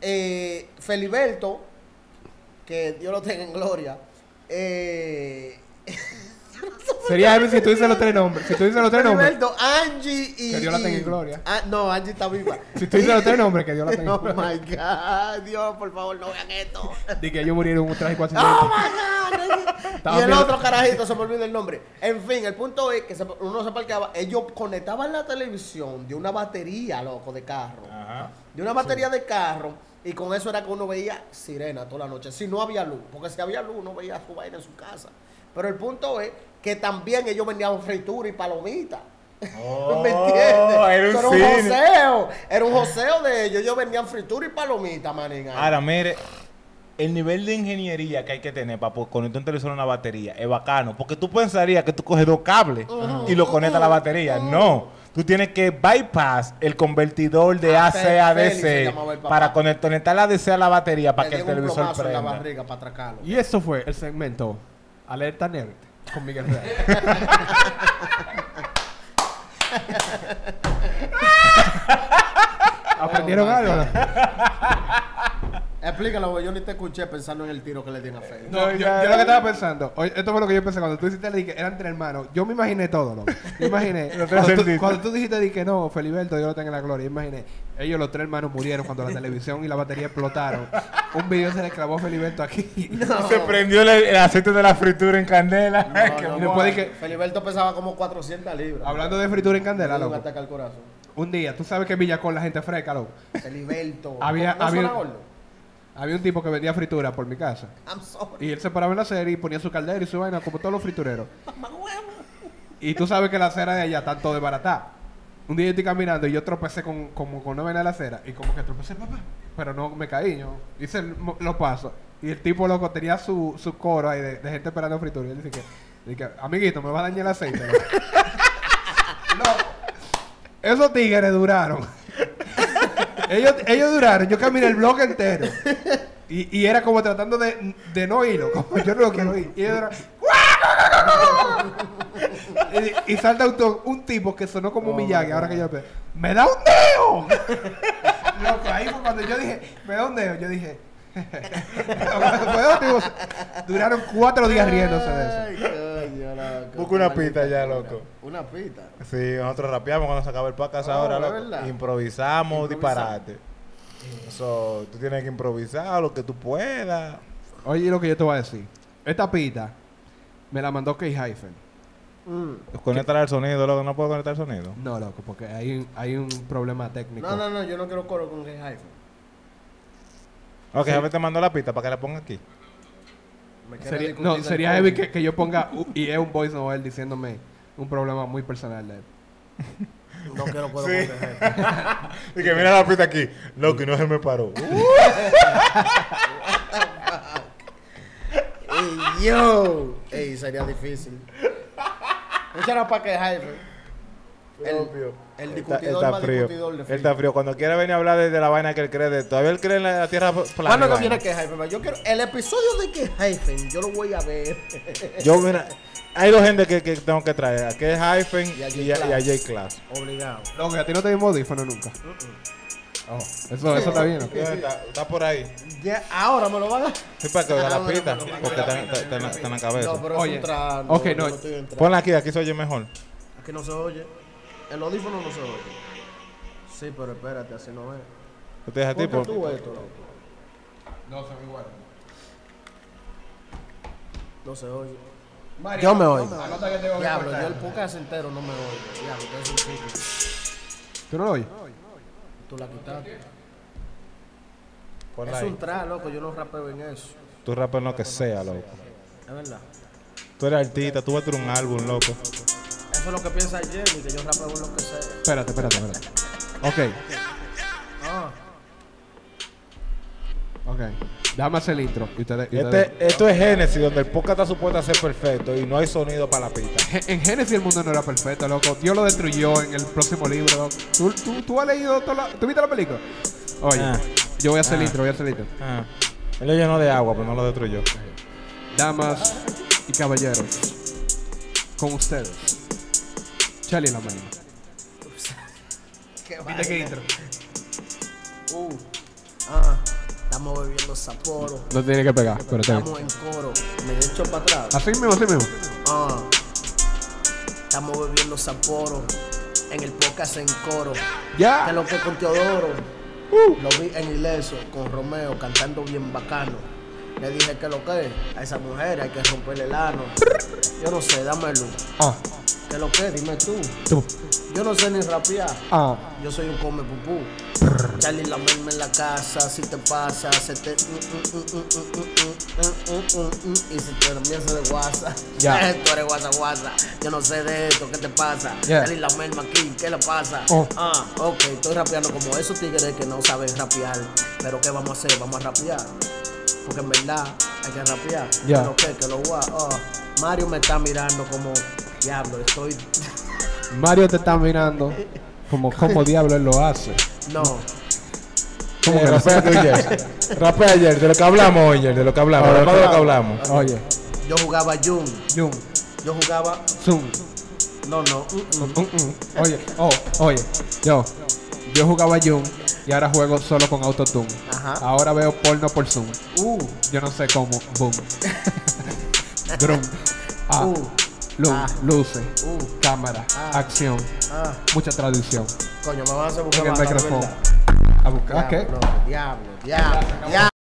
Speaker 6: Eh, Feliberto, que Dios lo tenga en gloria. Eh,
Speaker 2: Sería heavy si tú dices los tres nombres. Si tú dices los tres nombres.
Speaker 6: Feliberto, Angie y...
Speaker 2: pues, Que Dios la tenga en
Speaker 6: y-
Speaker 2: gloria.
Speaker 6: Ah, no, Angie está viva.
Speaker 2: Si tú dices los tres nombres, que Dios la
Speaker 6: Oh
Speaker 2: tenga.
Speaker 6: my God, Dios, por favor, no vean esto.
Speaker 2: De que ellos murieron en un
Speaker 5: Ah,
Speaker 2: trágico accidente.
Speaker 6: Oh my God.
Speaker 2: Estaba
Speaker 6: y el
Speaker 2: bien.
Speaker 6: otro carajito se me olvidó el nombre. En fin, el punto es que se- uno se parqueaba. Ellos conectaban la televisión de una batería, loco, de carro.
Speaker 2: Ah,
Speaker 5: Ajá.
Speaker 6: De una batería de carro. Y con eso era que uno veía sirena toda la noche. Si no había luz. Porque si había luz, uno veía su vaina en su casa. Pero el punto es que también ellos vendían fritura y palomitas. ¿Me entiendes?
Speaker 5: Oh, Era
Speaker 6: Eso
Speaker 5: un cine.
Speaker 6: joseo. Era un joseo de ellos. Ellos vendían fritura y palomitas, manín. ahí.
Speaker 5: Ahora, mire, el nivel de ingeniería que hay que tener para po- conectar un televisor a una batería es bacano. Porque tú pensarías que tú coges dos cables y lo conectas a la batería. No. Tú tienes que bypass el convertidor de
Speaker 6: Ah,
Speaker 5: AC a
Speaker 6: Félix se
Speaker 5: DC
Speaker 6: llamaba el papá.
Speaker 5: para conect- conectar la DC a la batería para
Speaker 6: Le
Speaker 5: que el
Speaker 6: dieron un
Speaker 5: televisor
Speaker 6: plomazo en la
Speaker 5: prenda.
Speaker 6: barriga para atracarlo.
Speaker 2: Y eso fue el segmento Alerta Nerd con Miguel Real. ¿Aprendieron
Speaker 6: Oh, my
Speaker 2: algo?
Speaker 6: God. Explícalo, güey, yo ni te escuché pensando en el tiro que le dieron a Félix.
Speaker 2: No, yo, yo lo que estaba pensando, oye, esto fue lo que yo pensé cuando tú dijiste di que eran tres hermanos. Yo me imaginé todo, ¿no? Yo imaginé. cuando, tú,
Speaker 5: sentiste.
Speaker 2: cuando tú dijiste di que no, Feliberto, Dios lo tenga en la gloria. Yo imaginé, ellos los tres hermanos murieron cuando la televisión y la batería explotaron. Un video se le clavó a Feliberto aquí.
Speaker 5: Se prendió el, el aceite de la fritura en candela. Que
Speaker 6: No, no,
Speaker 5: mo-
Speaker 2: después de
Speaker 6: no.
Speaker 2: que-
Speaker 6: Feliberto pesaba como 400 libras.
Speaker 2: Hablando de fritura en
Speaker 6: de
Speaker 2: candela,
Speaker 6: la loca.
Speaker 2: loco.
Speaker 6: ataque al corazón.
Speaker 2: Un día, tú sabes que en Villacón la gente fresca, loco.
Speaker 6: Feliberto.
Speaker 2: Había-
Speaker 6: ¿No
Speaker 2: había-
Speaker 6: suena gordo?
Speaker 2: Había un tipo que vendía fritura por mi casa.
Speaker 6: I'm sorry.
Speaker 2: Y él se paraba en la acera y ponía su caldera y su vaina, como todos los fritureros. Y tú sabes que la acera de allá está todo desbaratada. Un día yo estoy caminando y yo tropecé con, como con una vaina de la acera. Y como que tropecé, papá. Pero no me caí, yo hice el- mo- los pasos. Y el tipo, loco, tenía su, su coro ahí de, de gente esperando fritura. Y él dice que, dice que, amiguito, me va a dañar el aceite. loco". Loco, Esos tigres duraron. ellos, ellos duraron. Yo caminé el bloque entero. Y, y era como tratando de, de no irlo. Como yo no lo quiero ir. Y ellos duraron, y, y salta un, to- un tipo que sonó como Miyagi, ahora que yo pe- ¡Me da un dedo! Loco, ahí fue cuando yo dije, me da un dedo, yo dije. Fue dos tipos- duraron cuatro días riéndose de eso.
Speaker 5: Busca una pita ya, loco.
Speaker 6: Una pita.
Speaker 5: Sí, nosotros rapeamos cuando se acaba el podcast
Speaker 6: Oh,
Speaker 5: ahora,
Speaker 6: ¿es
Speaker 5: loco.
Speaker 6: verdad? Improvisamos.
Speaker 5: Improvisamos, disparate. So, tú tienes que improvisar lo que tú puedas.
Speaker 2: Oye, lo que yo te voy a decir. Esta pita me la mandó Key Hyphen.
Speaker 6: Mm.
Speaker 5: Conectar al sonido, loco. No puedo conectar el sonido.
Speaker 2: No, loco, porque hay un, hay un problema técnico.
Speaker 6: No, no, no, yo no quiero coro con el iPhone.
Speaker 5: Ok, a ver, te mando la pita para que la ponga aquí.
Speaker 6: Me queda
Speaker 2: Sería,
Speaker 6: discutir
Speaker 2: no,
Speaker 6: del
Speaker 2: sería
Speaker 6: coro.
Speaker 2: heavy que, que yo ponga u- y es un voice novel diciéndome un problema muy personal de él.
Speaker 6: No quiero coro
Speaker 5: Sí.
Speaker 6: con el iPhone.
Speaker 5: Y que mira la pita aquí. Loco, y no se me
Speaker 6: Uh,
Speaker 5: paró.
Speaker 6: Ey, yo. Ey, sería difícil. Échalo para que Jaime. El, el discutidor más discutidor de
Speaker 5: Él está frío. Cuando quiera venir a hablar de, de la vaina que él cree de todavía él cree en la, la tierra plana.
Speaker 6: ¿Cuándo
Speaker 5: y
Speaker 6: que
Speaker 5: vaina.
Speaker 6: viene que Jaime? Yo quiero. El episodio de que Jaime, yo lo voy a ver. eh,
Speaker 5: Yo, mira, hay dos gente que, que tengo que traer. Aquí es Hyphen
Speaker 6: Y
Speaker 5: y
Speaker 6: a
Speaker 5: a,
Speaker 6: J.
Speaker 5: y a
Speaker 6: Class.
Speaker 5: J. Class.
Speaker 6: Obligado.
Speaker 2: Loco, a ti no te dimos audífono nunca. Oh, eso, eso está bien, ¿no?
Speaker 5: ¿Dónde Está, está por ahí.
Speaker 6: Ya, ahora me lo van a.
Speaker 5: Sí, para que vea
Speaker 6: Ah,
Speaker 5: la
Speaker 6: bueno,
Speaker 5: pita.
Speaker 6: bueno, bueno,
Speaker 5: Porque está, está- está en la- está en la cabeza.
Speaker 6: No, pero es
Speaker 2: Oye.
Speaker 6: un tra-
Speaker 2: Ok,
Speaker 6: yo
Speaker 2: no.
Speaker 6: estoy en tra-
Speaker 5: Ponla aquí, aquí se oye mejor.
Speaker 6: Aquí no se oye. El audífono no se oye. Sí, pero espérate, así no es.
Speaker 5: No te dejes a ti, pues,
Speaker 6: Ponte tú
Speaker 5: por-
Speaker 6: eh, esto, loco.
Speaker 2: No, son iguales.
Speaker 6: No se oye.
Speaker 2: Mario,
Speaker 6: Yo me oigo.
Speaker 2: Anota que tengo que
Speaker 6: Diablo, yo
Speaker 2: cortar.
Speaker 6: el podcast entero no me oigo. Diablo, que es un chico.
Speaker 2: ¿Tú no lo oyes?
Speaker 6: Tú la quitaste.
Speaker 5: Ponla
Speaker 6: Es
Speaker 5: ahí.
Speaker 6: un tra, loco. Yo no rapeo en eso.
Speaker 5: Tú rapas en lo que sea, loco.
Speaker 6: Es verdad.
Speaker 5: Tú eres artista, tú vas a tener un álbum, loco.
Speaker 6: Eso es lo que piensa Jerry, que yo rapeo en lo que sea.
Speaker 2: Espérate, espérate, espérate. Ok,
Speaker 6: Ah,
Speaker 2: ok. Déjame hacer el intro. Y ustedes, y ustedes-
Speaker 5: Este, esto es Genesis, donde el podcast está supuesto a ser perfecto y no hay sonido para la pita.
Speaker 2: Ge- En Génesis el mundo no era perfecto, loco. Dios lo destruyó en el próximo libro. loco. ¿Tú, tú, tú has leído toda la... ¿Tú viste la película? Oye,
Speaker 5: Ah.
Speaker 2: yo voy a hacer el
Speaker 5: Ah.
Speaker 2: intro, voy a hacer el intro.
Speaker 5: Ah. Él lo llenó de agua, pero no lo destruyó.
Speaker 2: Damas y caballeros, con ustedes, Charlie la mano.
Speaker 6: qué
Speaker 2: ¿Viste qué intro?
Speaker 6: Uh, ah, estamos bebiendo Sapporo.
Speaker 2: No tiene que pegar, pero está bien.
Speaker 6: Estamos en coro. Me echo para atrás.
Speaker 2: Así mismo, así mismo.
Speaker 6: Ah, estamos bebiendo Sapporo. En el podcast en coro.
Speaker 2: Ya.
Speaker 6: Que lo que con Teodoro. Lo vi en Ileso con Romeo cantando bien bacano. Le dije que lo que es, a esa mujer hay que romperle el ano. Yo no sé, dame luz.
Speaker 2: Ah,
Speaker 6: Que lo que es, dime tú.
Speaker 2: tú.
Speaker 6: Yo no sé ni rapear.
Speaker 2: Ah.
Speaker 6: Yo soy un come pupú. Charlie la merma en la casa, si te pasa, se te. mm, Y si te comienza de guasa.
Speaker 2: Ya.
Speaker 6: Tú eres guasa guasa. Yo no sé de esto, ¿qué te pasa?
Speaker 2: Ya.
Speaker 6: Charlie la merma aquí, ¿qué le pasa?
Speaker 2: Oh.
Speaker 6: Ah, ok, estoy rapeando como esos tigres que no saben rapear. Pero ¿qué vamos a hacer? Vamos a rapear. Porque en verdad hay que rapear.
Speaker 2: Ya.
Speaker 6: Pero qué, que lo guá. ah. Mario me está mirando como. Diablo, estoy.
Speaker 2: Mario te está mirando como cómo diablo él lo hace.
Speaker 6: No.
Speaker 2: ¿Cómo
Speaker 5: Eh,
Speaker 2: que lo
Speaker 5: rapea tú, Jer. Rapea, Jer, de lo que hablamos hoy, Jer, de lo que hablamos,
Speaker 2: Ahora,
Speaker 5: rapea de lo que
Speaker 2: claro.
Speaker 5: hablamos.
Speaker 2: Oye,
Speaker 6: Yo jugaba Jung.
Speaker 2: Jun,
Speaker 6: Yo jugaba.
Speaker 2: Zoom.
Speaker 6: No, no. mm, mm.
Speaker 2: Mm, mm. Oye, oh, oye, yo, yo jugaba Jun y ahora juego solo con Autotune.
Speaker 6: Ajá.
Speaker 2: Ahora veo porno por Zoom.
Speaker 6: Uh,
Speaker 2: Yo no sé cómo. Boom. Grum. Ah,
Speaker 6: Uh.
Speaker 2: lu-
Speaker 6: Ah.
Speaker 2: luces.
Speaker 6: Uh.
Speaker 2: Cámara.
Speaker 6: Ah.
Speaker 2: Acción.
Speaker 6: ah.
Speaker 2: Mucha tradición.
Speaker 6: Coño, me vas a hacer
Speaker 2: En
Speaker 6: buscar
Speaker 2: el
Speaker 6: bala,
Speaker 2: micrófono.
Speaker 6: ¿verdad?
Speaker 2: A buscar. ¿Qué?
Speaker 6: Diablo, no, diablo, diablo, diablo.